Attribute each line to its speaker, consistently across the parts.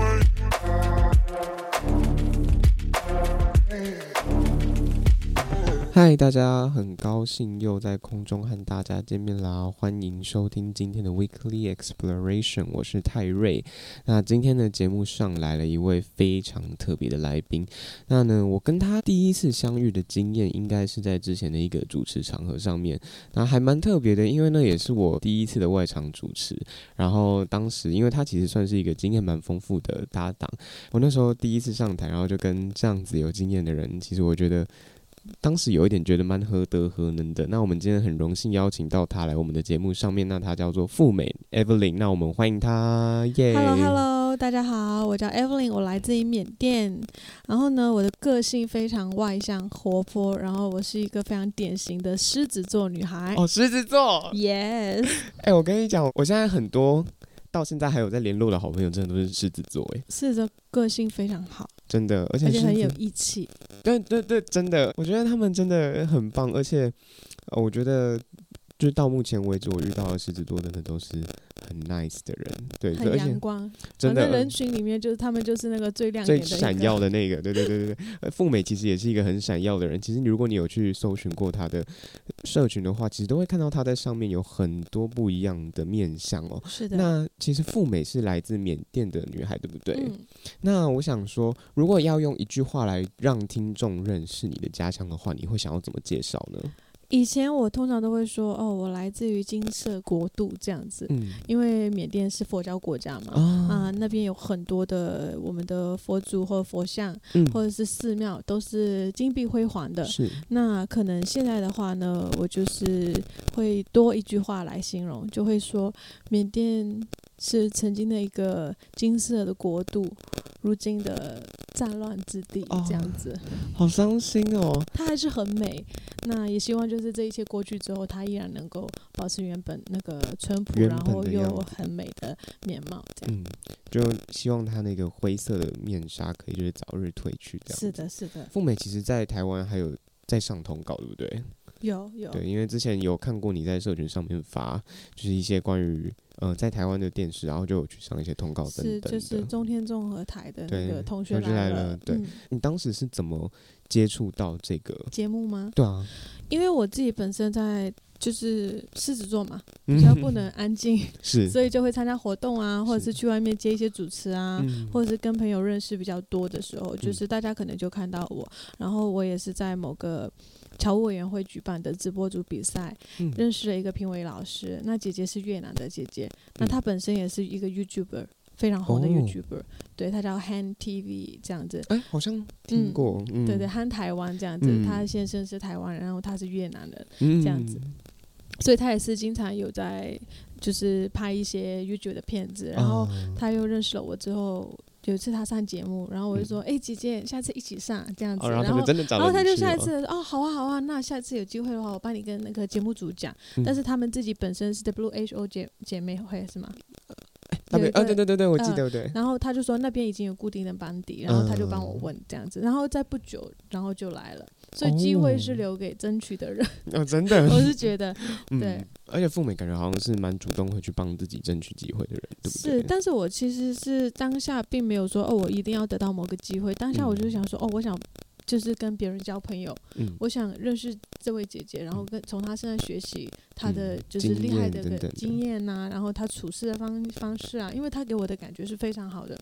Speaker 1: 嗨，大家很高兴又在空中和大家见面啦！欢迎收听今天的 Weekly Exploration，我是泰瑞。那今天的节目上来了一位非常特别的来宾。那呢，我跟他第一次相遇的经验，应该是在之前的一个主持场合上面。那还蛮特别的，因为呢，也是我第一次的外场主持。然后当时，因为他其实算是一个经验蛮丰富的搭档。我那时候第一次上台，然后就跟这样子有经验的人，其实我觉得当时有一点觉得蛮何德何能的。那我们今天很荣幸邀请到他来我们的节目上面，那他叫做富美 Evelyn，那我们欢迎他，耶、
Speaker 2: Hello Hello，大家好，我叫 Evelyn，我来自于缅甸。然后呢，我的个性非常外向活泼，然后我是一个非常典型的狮子座女孩。
Speaker 1: 哦，狮子座，
Speaker 2: Yes，
Speaker 1: 哎、我跟你讲，我现在很多到现在还有在联络的好朋友，真的都是狮子座，哎，
Speaker 2: 狮子座个性非常好，
Speaker 1: 真的，而且
Speaker 2: 而且很
Speaker 1: 狮
Speaker 2: 有
Speaker 1: 子
Speaker 2: 义气。
Speaker 1: 对对对，真的，我觉得他们真的很棒，而且、呃我觉得就是到目前为止，我遇到的狮子座真的都是很 nice 的人，对，
Speaker 2: 很
Speaker 1: 而且
Speaker 2: 阳光，
Speaker 1: 真
Speaker 2: 反
Speaker 1: 的
Speaker 2: 正人群里面就是他们就是那个最亮眼
Speaker 1: 最
Speaker 2: 的一个
Speaker 1: 闪耀的那个，对对对对对。呃，凤美其实也是一个很闪耀的人。其实你如果你有去搜寻过她的社群的话，其实都会看到她在上面有很多不一样的面相哦。
Speaker 2: 是的，
Speaker 1: 那其实富美是来自缅甸的女孩，对不对？
Speaker 2: 嗯，
Speaker 1: 那我想说，如果要用一句话来让听众认识你的家乡的话，你会想要怎么介绍呢？
Speaker 2: 以前我通常都会说哦，我来自于金色国度这样子，
Speaker 1: 嗯
Speaker 2: 因为缅甸是佛教国家嘛。
Speaker 1: 啊，
Speaker 2: 啊，那边有很多的我们的佛祖或佛像，
Speaker 1: 嗯，
Speaker 2: 或者是寺庙都是金碧辉煌的。
Speaker 1: 是
Speaker 2: 那可能现在的话呢，我就是会多一句话来形容，就会说缅甸是曾经的一个金色的国度，如今的战乱之地
Speaker 1: 哦
Speaker 2: 这样 子。
Speaker 1: 好伤心哦。
Speaker 2: 它还是很美，那也希望就是这一切过去之后，它依然能够保持原本那个淳朴，
Speaker 1: 原
Speaker 2: 然
Speaker 1: 本
Speaker 2: 后
Speaker 1: 的
Speaker 2: 又
Speaker 1: 样
Speaker 2: 很美的面貌这样。
Speaker 1: 嗯，就希望她那个灰色的面纱可以就是早日褪去，这样
Speaker 2: 是的，是的，
Speaker 1: 富美其实，在台湾还有在上通告，对不对？
Speaker 2: 有有。
Speaker 1: 对，因为之前有看过你在社群上面发，就是一些关于呃在台湾的电视，然后就有去上一些通告等等
Speaker 2: 是
Speaker 1: 的。
Speaker 2: 就是中天综合台的
Speaker 1: 对
Speaker 2: 那个同学
Speaker 1: 同学来
Speaker 2: 了
Speaker 1: 了对
Speaker 2: 嗯
Speaker 1: 你当时是怎么接触到这个？
Speaker 2: 节目吗？
Speaker 1: 对啊，
Speaker 2: 因为我自己本身在就是狮子座嘛，
Speaker 1: 嗯
Speaker 2: 比较不能安静，
Speaker 1: 是，
Speaker 2: 所以就会参加活动啊，或者
Speaker 1: 是
Speaker 2: 是去外面接一些主持啊。
Speaker 1: 嗯
Speaker 2: 或者是跟朋友认识比较多的时候，就
Speaker 1: 嗯
Speaker 2: 是大家可能就看到我，然后我也是在某个侨务委员会举办的直播组比赛，
Speaker 1: 嗯
Speaker 2: 认识了一个评委老师。那姐姐是越南的姐姐，那
Speaker 1: 嗯
Speaker 2: 她本身也是一个 YouTuber，非常红的
Speaker 1: 哦
Speaker 2: YouTuber，、对，她叫 Han TV 这样子。
Speaker 1: 哎、好像听
Speaker 2: 嗯
Speaker 1: 过，嗯，
Speaker 2: 对对，，和台湾这样子，
Speaker 1: 嗯
Speaker 2: 他先生是台湾人，然后他是越南人，
Speaker 1: 嗯
Speaker 2: 这样子，所以他也是经常有在就是拍一些 YouTube 的片子，然后
Speaker 1: 啊
Speaker 2: 他又认识了我之后，有一次他上节目，然后我就
Speaker 1: 嗯
Speaker 2: 说，哎、姐姐，下次一起上这样子，
Speaker 1: 哦，然后他
Speaker 2: 然
Speaker 1: 们
Speaker 2: 后。
Speaker 1: 真的找
Speaker 2: 然
Speaker 1: 了你
Speaker 2: 后他就
Speaker 1: 去
Speaker 2: 下一
Speaker 1: 了，
Speaker 2: 次哦，好啊，好啊，那下次有机会的话，我帮你跟那个节目组讲。
Speaker 1: 嗯
Speaker 2: 但是他们自己本身是 WHO 姐姐妹会是吗？
Speaker 1: 他
Speaker 2: 有
Speaker 1: 们
Speaker 2: 一
Speaker 1: 啊，
Speaker 2: 个
Speaker 1: 对对对对，我记
Speaker 2: 呃
Speaker 1: 得对，
Speaker 2: 然后他就说那边已经有固定的班底，然后他就帮
Speaker 1: 嗯
Speaker 2: 我问这样子，然后在不久，然后就来了，所以机会是留给争取的人，
Speaker 1: 哦，真的，
Speaker 2: 我 是觉得对
Speaker 1: 嗯，而且富美感觉好像是蛮主动会去帮自己争取机会的人，对不对？
Speaker 2: 是，但是我其实是当下并没有说哦，我一定要得到某个机会，当下我就是想说、哦，我想。就是跟别人交朋友，
Speaker 1: 嗯，
Speaker 2: 我想认识这位姐姐，然后跟从她身上学习他的
Speaker 1: 嗯
Speaker 2: 就是厉害的
Speaker 1: 经验等等
Speaker 2: 个
Speaker 1: 的
Speaker 2: 经验呐、然后他处事的方方式啊，因为他给我的感觉是非常好的，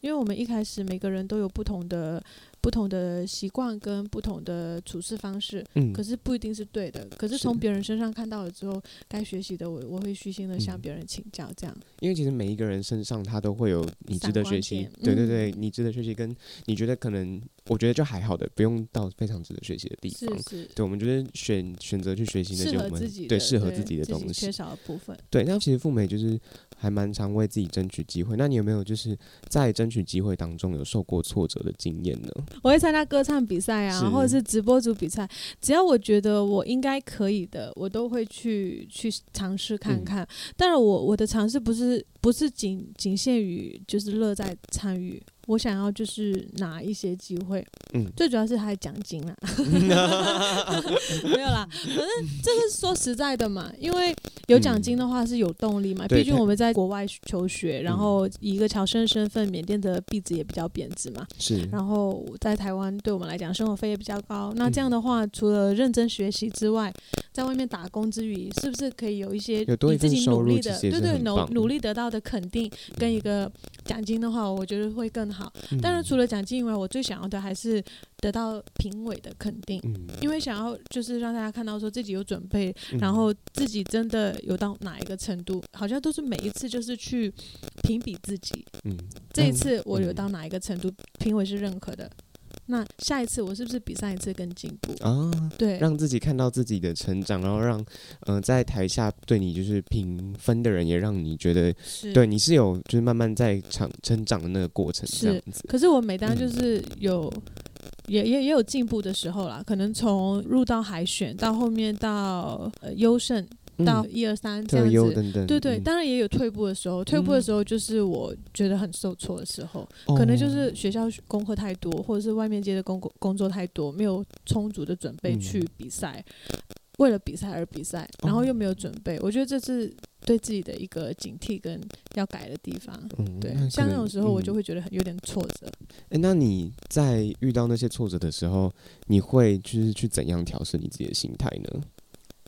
Speaker 2: 因为我们一开始每个人都有不同的不同的习惯跟不同的处事方式，
Speaker 1: 嗯，
Speaker 2: 可是不一定是对的，可是
Speaker 1: 是
Speaker 2: 从别人身上看到了之后，该学习的我我会虚心的向
Speaker 1: 嗯
Speaker 2: 别人请教，这样
Speaker 1: 因为其实每一个人身上他都会有你值
Speaker 2: 闪
Speaker 1: 得
Speaker 2: 光
Speaker 1: 学习
Speaker 2: 点，
Speaker 1: 对对
Speaker 2: 嗯
Speaker 1: 对，你值得学习跟你觉得可能，我觉得就还好的，不用到非常值得学习的地
Speaker 2: 是
Speaker 1: 方。
Speaker 2: 是
Speaker 1: 对，我们就是选选择去学习那
Speaker 2: 适
Speaker 1: 些
Speaker 2: 合
Speaker 1: 我
Speaker 2: 自
Speaker 1: 们
Speaker 2: 己的
Speaker 1: 对适合自己的
Speaker 2: 自
Speaker 1: 东西
Speaker 2: 缺。少的部分。
Speaker 1: 对，那其实赴美就是还蛮常为自己争取机会。那你有没有就是在争取机会当中有受过挫折的经验呢？
Speaker 2: 我会参加歌唱比赛
Speaker 1: 是
Speaker 2: 啊，或者是直播组比赛，只要我觉得我应该可以的，我都会去去尝试
Speaker 1: 嗯
Speaker 2: 看看。当然我，我的尝试不是不是仅仅限于就是乐在参与，我想要就是拿一些机会，
Speaker 1: 嗯
Speaker 2: 最主要是还有奖金 啦，没有啦，反正这个是说实在的嘛，因为有奖金的话是有动力嘛，
Speaker 1: 嗯对嗯
Speaker 2: 毕竟
Speaker 1: 它
Speaker 2: 我们在国外求学，然后以一个侨生身份，缅甸的币值也比较贬值嘛，
Speaker 1: 是，
Speaker 2: 然后在台湾对我们来讲，生活费也比较高。那
Speaker 1: 嗯
Speaker 2: 这样的话，除了认真学习之外，在外面打工之余，是不是可以有一些
Speaker 1: 有多一
Speaker 2: 你自
Speaker 1: 份
Speaker 2: 己
Speaker 1: 收
Speaker 2: 努
Speaker 1: 入
Speaker 2: 力
Speaker 1: 其
Speaker 2: 的，
Speaker 1: 实也
Speaker 2: 对
Speaker 1: 是
Speaker 2: 对，
Speaker 1: 很
Speaker 2: 努
Speaker 1: 棒
Speaker 2: 努力得到的肯定跟一个奖金的话，我觉得会更好。
Speaker 1: 嗯
Speaker 2: 当然，除了奖金以外，我最想要的还是得到评委的肯定。
Speaker 1: 嗯，
Speaker 2: 因为想要就是让大家看到说自己有准备，
Speaker 1: 嗯
Speaker 2: 然后自己真的有到哪一个程度，好像都是每一次就是去评比自己，
Speaker 1: 嗯，
Speaker 2: 这一
Speaker 1: 嗯
Speaker 2: 次我有
Speaker 1: 嗯
Speaker 2: 到哪一个程度，评委是认可的。那下一次我是不是比上一次更进步？
Speaker 1: 啊，
Speaker 2: 对，
Speaker 1: 让自己看到自己的成长，然后让嗯、呃在台下对你就是评分的人也让你觉得
Speaker 2: 是
Speaker 1: 对，你是有就是慢慢在长成长的那个过程这
Speaker 2: 是
Speaker 1: 样子，
Speaker 2: 可是我每当
Speaker 1: 嗯
Speaker 2: 就是有，也也也有进步的时候啦，可能从入到海选到后面到呃优胜到
Speaker 1: 嗯、
Speaker 2: 一二三
Speaker 1: 特
Speaker 2: 这样
Speaker 1: 优
Speaker 2: 子。
Speaker 1: 等等，
Speaker 2: 对对，
Speaker 1: 嗯
Speaker 2: 当然也有退步的时候。退步的时候就是我觉得很受挫的时候，
Speaker 1: 哦
Speaker 2: 可能就是学校功课太多，或者是外面接的工工作太多，没有充足的准
Speaker 1: 嗯
Speaker 2: 备
Speaker 1: 哦
Speaker 2: 去比赛，为了比赛而比赛，然后又没有准备，我觉得这是对自己的一个警惕跟要改的地方。
Speaker 1: 哦嗯，
Speaker 2: 对
Speaker 1: 可，
Speaker 2: 像那
Speaker 1: 能
Speaker 2: 种时候我
Speaker 1: 嗯
Speaker 2: 就会觉得很有点挫折。
Speaker 1: 诶那你在遇到那些挫折的时候，你会就是去怎样调试你自己的心态呢？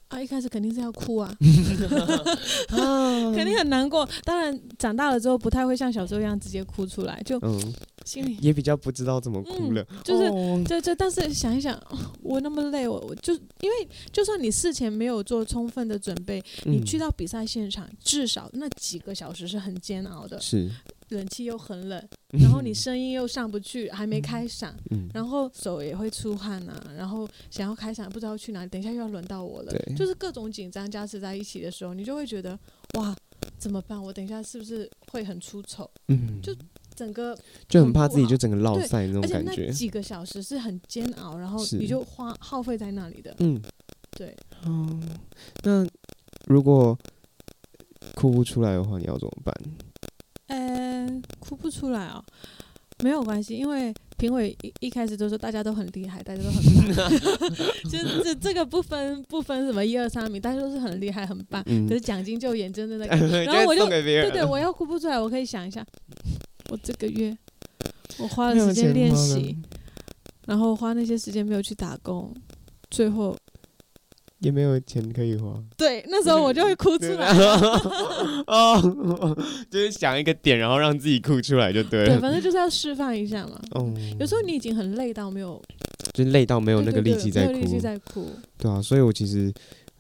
Speaker 2: 啊，一开始肯定是要哭啊，
Speaker 1: 啊
Speaker 2: 肯定很难过。当然，长大了之后不太会像小时候一样直接哭出来， 就
Speaker 1: 嗯，
Speaker 2: 心里
Speaker 1: 也比较不知道怎么哭了，
Speaker 2: 嗯就是
Speaker 1: 哦
Speaker 2: 这这，但是想一想， 哦我那么累，我我就因为就算你事前没有做充分的准备，你
Speaker 1: 嗯
Speaker 2: 去到比赛现场，至少那几个小时是很煎熬的，
Speaker 1: 是，
Speaker 2: 冷气又 很冷，然后你声音又上不去，还没开嗓，
Speaker 1: 嗯，
Speaker 2: 然后手也会出汗呐、然后想要开嗓不知道去哪里，等一下又要轮到我了
Speaker 1: 对，
Speaker 2: 就是各种紧张加持在一起的时候，你就会觉得哇，怎么办？我等一下是不是会很出丑？
Speaker 1: 嗯，
Speaker 2: 就整个
Speaker 1: 就很
Speaker 2: 很
Speaker 1: 怕
Speaker 2: 不
Speaker 1: 自己就
Speaker 2: 好
Speaker 1: 整个落
Speaker 2: 对
Speaker 1: 塞那种
Speaker 2: 而且
Speaker 1: 感
Speaker 2: 那
Speaker 1: 觉，
Speaker 2: 几个小时是很煎熬，然后
Speaker 1: 是
Speaker 2: 你就花耗费在那里的。
Speaker 1: 嗯，
Speaker 2: 对，
Speaker 1: 哦，那如果哭不出来的话，你要怎么办？
Speaker 2: 呃，哭不出来哦，没有关系，因为评委一一开始就说大家都很厉害，大家都 很棒，就是这这个不分不分什么一二三名，大家都是很厉害很棒。
Speaker 1: 嗯哎
Speaker 2: 可是奖金就眼睁睁的，然后我就
Speaker 1: 给别
Speaker 2: 对对，我要哭不出来，我可以想一下，我这个月我
Speaker 1: 没
Speaker 2: 花了
Speaker 1: 有
Speaker 2: 时间
Speaker 1: 钱
Speaker 2: 练
Speaker 1: 花了
Speaker 2: 习，然后花那些时间没有去打工，最后
Speaker 1: 也没有钱可以花，
Speaker 2: 对那时候我就会哭出来。
Speaker 1: 哦， 就是想一个点，然后让自己哭出来就对
Speaker 2: 对，
Speaker 1: 了。
Speaker 2: 反正就是要示范一下嘛。
Speaker 1: 哦，
Speaker 2: 有时候你已经很累到没有
Speaker 1: 就累到没有那
Speaker 2: 对
Speaker 1: 个
Speaker 2: 对
Speaker 1: 力
Speaker 2: 对
Speaker 1: 气在
Speaker 2: 没有力
Speaker 1: 哭
Speaker 2: 气，在哭。
Speaker 1: 对啊，所以我其实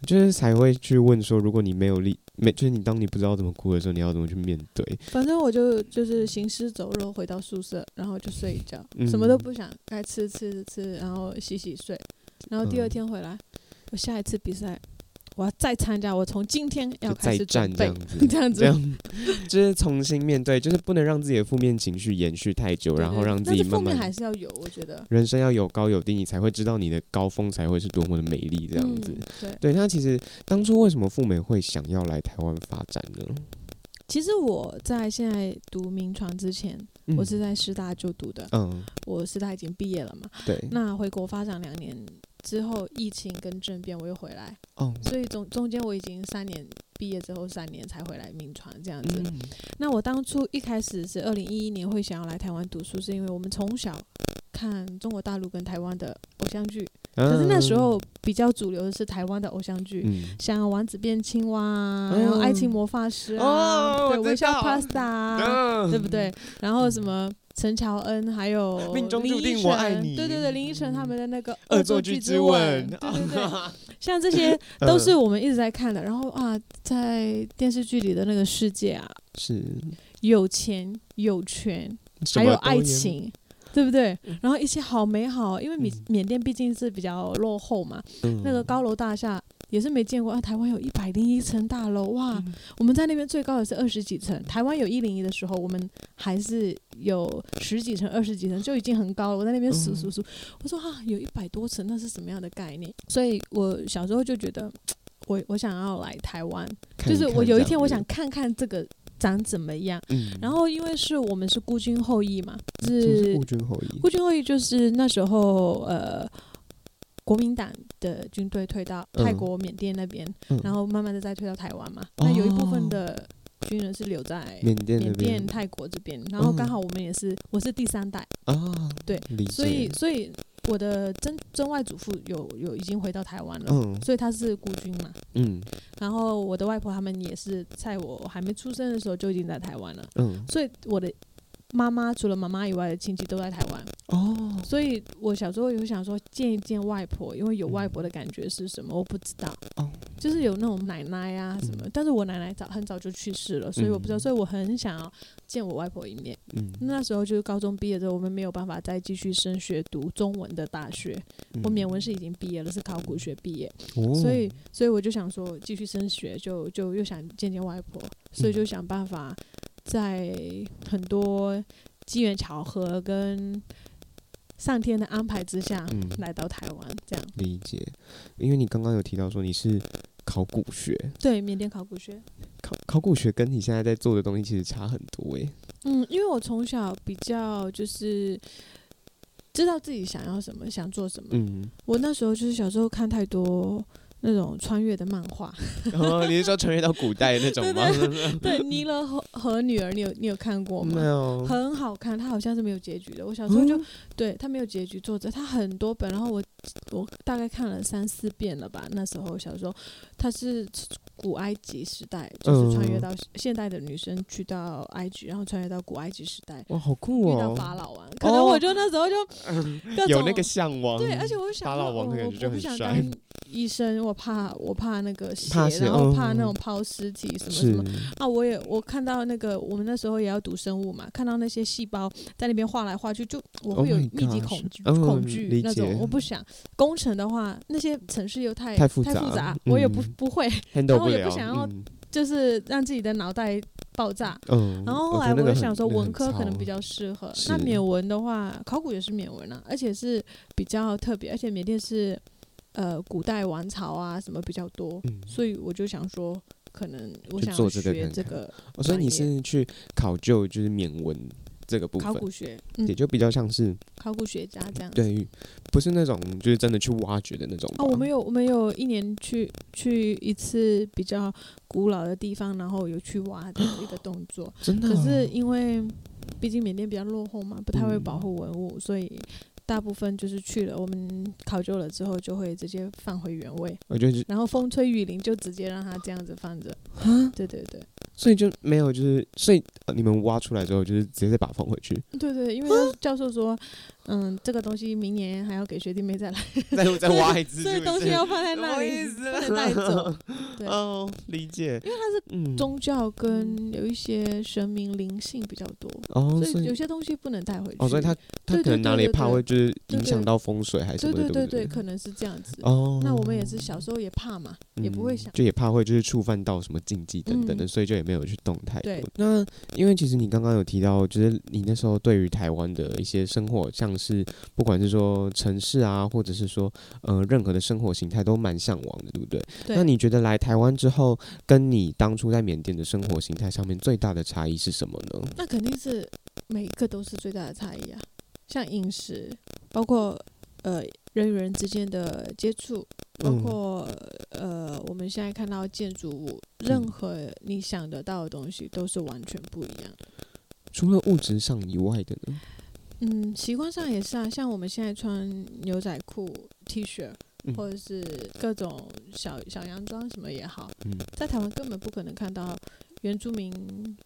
Speaker 1: 就是才会去问说，如果你没有力，没就是你当你不知道怎么哭的时候，你要怎么去面对？
Speaker 2: 反正我就就是行尸走肉，回到宿舍，然后就睡一觉，
Speaker 1: 嗯
Speaker 2: 什么都不想，该吃吃吃，然后洗洗睡，然后第二
Speaker 1: 嗯
Speaker 2: 天回来，我下一次比赛我要再参加，我从今天要
Speaker 1: 就
Speaker 2: 开
Speaker 1: 再
Speaker 2: 始
Speaker 1: 战
Speaker 2: 准
Speaker 1: 这
Speaker 2: 备
Speaker 1: 样，子
Speaker 2: ，这样子
Speaker 1: 这。样就是重新面对，就是不能让自己的负面情绪延续太久，
Speaker 2: 对
Speaker 1: 然后
Speaker 2: 对
Speaker 1: 让自
Speaker 2: 但
Speaker 1: 己
Speaker 2: 是
Speaker 1: 慢
Speaker 2: 负面
Speaker 1: 慢
Speaker 2: 还。是要有，我觉得
Speaker 1: 人生要有高有低，你才会知道你的高峰才会是多么的美丽，这样子。
Speaker 2: 嗯
Speaker 1: 对，
Speaker 2: 对，
Speaker 1: 那其实当初为什么赴美会想要来台湾发展呢？
Speaker 2: 其实我在现在读名传之前，
Speaker 1: 嗯
Speaker 2: 我是在师大就读的，
Speaker 1: 嗯，
Speaker 2: 我师大已经毕业了嘛。
Speaker 1: 对，
Speaker 2: 那回国发展两年之后，疫情跟政变我又回来，
Speaker 1: 哦，
Speaker 2: 所以中中间我已经三年毕业之后三年才回来名传这样子。
Speaker 1: 嗯
Speaker 2: 那我当初一开始是二零一一年会想要来台湾读书，是因为我们从小看中国大陆跟台湾的偶像剧，
Speaker 1: 可
Speaker 2: 可是那时，候比较主流的是台湾的偶像剧，
Speaker 1: 嗯，
Speaker 2: 像王子变青蛙啊，
Speaker 1: 嗯
Speaker 2: 然后爱情魔法师啊，
Speaker 1: 哦
Speaker 2: 对，
Speaker 1: 我知
Speaker 2: 微笑
Speaker 1: 道
Speaker 2: Pasta，啊、
Speaker 1: 啊
Speaker 2: 对不对？然后什么陈乔恩，还 有
Speaker 1: 命中
Speaker 2: 林
Speaker 1: 注
Speaker 2: 依
Speaker 1: 定我爱
Speaker 2: 晨
Speaker 1: 你
Speaker 2: 对对对，林依晨他们的那个《
Speaker 1: 恶
Speaker 2: 作
Speaker 1: 作
Speaker 2: 剧
Speaker 1: 剧
Speaker 2: 之
Speaker 1: 之
Speaker 2: 吻
Speaker 1: 吻》，
Speaker 2: 对 对对，像这些
Speaker 1: 嗯
Speaker 2: 都是我们一直在看的。然后啊，在电视剧里的那个世界啊，
Speaker 1: 是，
Speaker 2: 有钱有权，
Speaker 1: 什
Speaker 2: 还有
Speaker 1: 么都
Speaker 2: 爱情，对不对？然后一切好美好，因为缅
Speaker 1: 嗯
Speaker 2: 缅甸毕竟是比较落后嘛，
Speaker 1: 嗯
Speaker 2: 那个高楼大厦也是没见过啊。台湾有一百零一层大楼哇，
Speaker 1: 嗯
Speaker 2: 我们在那边最高也是二十几层。台湾有一零一的时候，我们还是有十几层、二十几层就已经很高了。我在那边数
Speaker 1: 嗯
Speaker 2: 数数，我说啊，有一百多层，那是什么样的概念？所以我小时候就觉得，我我想要来台湾，
Speaker 1: 看
Speaker 2: 就是
Speaker 1: 看
Speaker 2: 我有
Speaker 1: 这
Speaker 2: 一
Speaker 1: 样
Speaker 2: 天我
Speaker 1: 子
Speaker 2: 想，看看这个长怎么样。
Speaker 1: 嗯
Speaker 2: 然后因为是我们是孤军后裔嘛，
Speaker 1: 什么是
Speaker 2: 是
Speaker 1: 顾军后裔
Speaker 2: 孤军后裔就是那时候呃。国民党的军队退到泰
Speaker 1: 嗯
Speaker 2: 国、缅甸那边，
Speaker 1: 嗯，哦
Speaker 2: 然后慢慢的再推到台湾嘛。那有一部分的军人是留在
Speaker 1: 缅甸那
Speaker 2: 缅
Speaker 1: 边
Speaker 2: 甸、泰国这边，然后
Speaker 1: 嗯
Speaker 2: 刚好我们也是，我是第三代，
Speaker 1: 啊，
Speaker 2: 对
Speaker 1: 理
Speaker 2: 所以
Speaker 1: 解，
Speaker 2: 所以我的曾曾外祖父有有已经回到台湾了。
Speaker 1: 嗯
Speaker 2: 所以他是孤军嘛，
Speaker 1: 嗯
Speaker 2: 然后我的外婆他们也是在我还没出生的时候就已经在台湾了，
Speaker 1: 嗯，
Speaker 2: 所以我的妈妈除了妈妈以外的亲戚都在台湾，
Speaker 1: 哦，
Speaker 2: 所以我小时候有想说见一见外婆，因为有
Speaker 1: 嗯
Speaker 2: 外婆的感觉是什么，我不知道。
Speaker 1: 哦
Speaker 2: 就是有那种奶奶啊什么，但是我奶奶早很早就去世了，所以我不知道，
Speaker 1: 嗯
Speaker 2: 所以我很想要见我外婆一面。
Speaker 1: 嗯，
Speaker 2: 那时候就是高中毕业之后，我们没有办法再继续升学读中文的大学，
Speaker 1: 嗯
Speaker 2: 我缅文是已经毕业了，是考古学毕业，
Speaker 1: 哦
Speaker 2: 所以所以我就想说继续升学，就就又想见见外婆，所以
Speaker 1: 嗯
Speaker 2: 就想办法在很多机缘巧合跟上天的安排之下，
Speaker 1: 嗯
Speaker 2: 来到台湾这样。
Speaker 1: 理解，因为你刚刚有提到说你是考古学，
Speaker 2: 对，缅甸考古学。
Speaker 1: 考考古学跟你现在在做的东西其实差很多欸诶、
Speaker 2: 嗯，因为我从小比较就是知道自己想要什么，想做什么。
Speaker 1: 嗯，
Speaker 2: 我那时候就是小时候看太多那种穿越的漫 画，
Speaker 1: 哦，你是说穿越到古代那种吗？
Speaker 2: 对《尼罗河河女儿》，你有你有看 过
Speaker 1: 没
Speaker 2: 吗？
Speaker 1: 有，哦
Speaker 2: 很好看，它好像是没有结局的。我小时候就、对它没有结局，作者它很多本，然后我我大概看了三四遍了吧。那时候小时候，它是古埃及时代，就是穿越
Speaker 1: 嗯
Speaker 2: 到现代的女生去到埃及，然后穿越到古埃及时代，
Speaker 1: 哇，好酷
Speaker 2: 遇到法
Speaker 1: 哦，
Speaker 2: 老王，可能我就那 时候就各种、
Speaker 1: 有那个向往，
Speaker 2: 对，而啊且我就想
Speaker 1: 法
Speaker 2: 说，
Speaker 1: 老王
Speaker 2: 我
Speaker 1: 那个
Speaker 2: 我
Speaker 1: 感觉就
Speaker 2: 我不
Speaker 1: 很
Speaker 2: 想
Speaker 1: 帅
Speaker 2: 当医生，我怕我怕那个血，
Speaker 1: 怕血
Speaker 2: 然后
Speaker 1: 嗯
Speaker 2: 怕那种抛尸体什么什
Speaker 1: 是
Speaker 2: 么。啊，我也我看到那个我们那时候也要读生物嘛，看到那些细胞在那边画来画去，就我
Speaker 1: Oh
Speaker 2: 会有
Speaker 1: my
Speaker 2: 密集
Speaker 1: gosh，
Speaker 2: 恐惧、
Speaker 1: 嗯
Speaker 2: 恐惧
Speaker 1: 理
Speaker 2: 那种
Speaker 1: 解，
Speaker 2: 我不想。工程的话，那些程式又太
Speaker 1: 太复
Speaker 2: 太复
Speaker 1: 杂
Speaker 2: 杂，我也不
Speaker 1: 嗯
Speaker 2: 不会，
Speaker 1: handle
Speaker 2: 后也
Speaker 1: 了，
Speaker 2: 不想要
Speaker 1: 嗯
Speaker 2: 就是让自己的脑袋爆炸。
Speaker 1: 嗯，
Speaker 2: 然
Speaker 1: 觉
Speaker 2: 后后来
Speaker 1: 得那
Speaker 2: 我
Speaker 1: 个很
Speaker 2: 就想说，
Speaker 1: 那个
Speaker 2: 文
Speaker 1: 很
Speaker 2: 科可能
Speaker 1: 糙
Speaker 2: 比较适合。
Speaker 1: 是
Speaker 2: 那缅文的话，考古也是缅文啊，而且是比较特别，而且缅甸是呃古代王朝啊什么比较多，
Speaker 1: 嗯
Speaker 2: 所以我就想说，可能我
Speaker 1: 就
Speaker 2: 想要
Speaker 1: 做这个
Speaker 2: 学
Speaker 1: 看
Speaker 2: 这
Speaker 1: 看
Speaker 2: 个
Speaker 1: 哦，所以
Speaker 2: 专
Speaker 1: 你
Speaker 2: 业
Speaker 1: 是去考究就是缅文这个部
Speaker 2: 考
Speaker 1: 分，
Speaker 2: 古学，
Speaker 1: 也
Speaker 2: 嗯，
Speaker 1: 就比较像是
Speaker 2: 考古学家这样。
Speaker 1: 对，不是那种就是真的去挖掘的那种吧。
Speaker 2: 哦，我们有我们有一年去去一次比较古老的地方，然后有去挖的一个动作。
Speaker 1: 真的
Speaker 2: 可
Speaker 1: 哦，
Speaker 2: 是因为毕竟缅甸比较落后嘛，不太会保护文物，所以大部分就是去了我们考究了之后，就会直接放回原位，
Speaker 1: 我觉得就，
Speaker 2: 然后风吹雨淋就直接让它这样子放着。对对对，
Speaker 1: 所以就没有就是，所以呃你们挖出来之后，就是直接再把它放回 去，
Speaker 2: 对对，因为教教授说，嗯，这个东西明年还要给学弟妹再来，
Speaker 1: 再再挖一次，
Speaker 2: 所以
Speaker 1: 是不
Speaker 2: 东西
Speaker 1: 是
Speaker 2: 要放在
Speaker 1: 什
Speaker 2: 那
Speaker 1: 么
Speaker 2: 里
Speaker 1: 意，思啊
Speaker 2: 不能带走。 对
Speaker 1: 哦，理解，嗯因为它是
Speaker 2: 宗教跟有一些神明灵性比较多，
Speaker 1: 哦，
Speaker 2: 所以有
Speaker 1: 以
Speaker 2: 些东西不能带回去。
Speaker 1: 哦，所以它它
Speaker 2: 对
Speaker 1: 可
Speaker 2: 对
Speaker 1: 能哪
Speaker 2: 对
Speaker 1: 里
Speaker 2: 对
Speaker 1: 怕
Speaker 2: 对
Speaker 1: 会就是
Speaker 2: 对
Speaker 1: 影
Speaker 2: 对
Speaker 1: 响到风水还是什
Speaker 2: 对
Speaker 1: 么
Speaker 2: 对
Speaker 1: 的，
Speaker 2: 对
Speaker 1: 不对
Speaker 2: 对，？可能是这样子。
Speaker 1: 哦，
Speaker 2: 那我们也是小时候也怕嘛，也不会
Speaker 1: 嗯
Speaker 2: 想。
Speaker 1: 就也怕会就是触犯到什么禁忌等等的，
Speaker 2: 嗯
Speaker 1: 所以就也没有去动太多
Speaker 2: 对。
Speaker 1: 那因为其实你刚刚有提到，就是你那时候对于台湾的一些生活，像是不管是说城市啊，或者是说呃任何的生活形态，都蛮向往的，对不对？
Speaker 2: 对
Speaker 1: 那你觉得来台湾之后，跟你当初在缅甸的生活形态上面最大的差异是什么呢？
Speaker 2: 那肯定是每一个都是最大的差异啊，像饮食，包括呃人与人之间的接触，包
Speaker 1: 嗯
Speaker 2: 括、呃我们现在看到建筑物，任
Speaker 1: 嗯
Speaker 2: 何你想得到的东西都是完全不一样。
Speaker 1: 除了物质上以外的呢？
Speaker 2: 嗯，习惯上也是啊，像我们现在穿牛仔裤、T 恤，
Speaker 1: 嗯
Speaker 2: 或者是各种小小洋装什么也好，
Speaker 1: 嗯
Speaker 2: 在台湾根本不可能看到原住民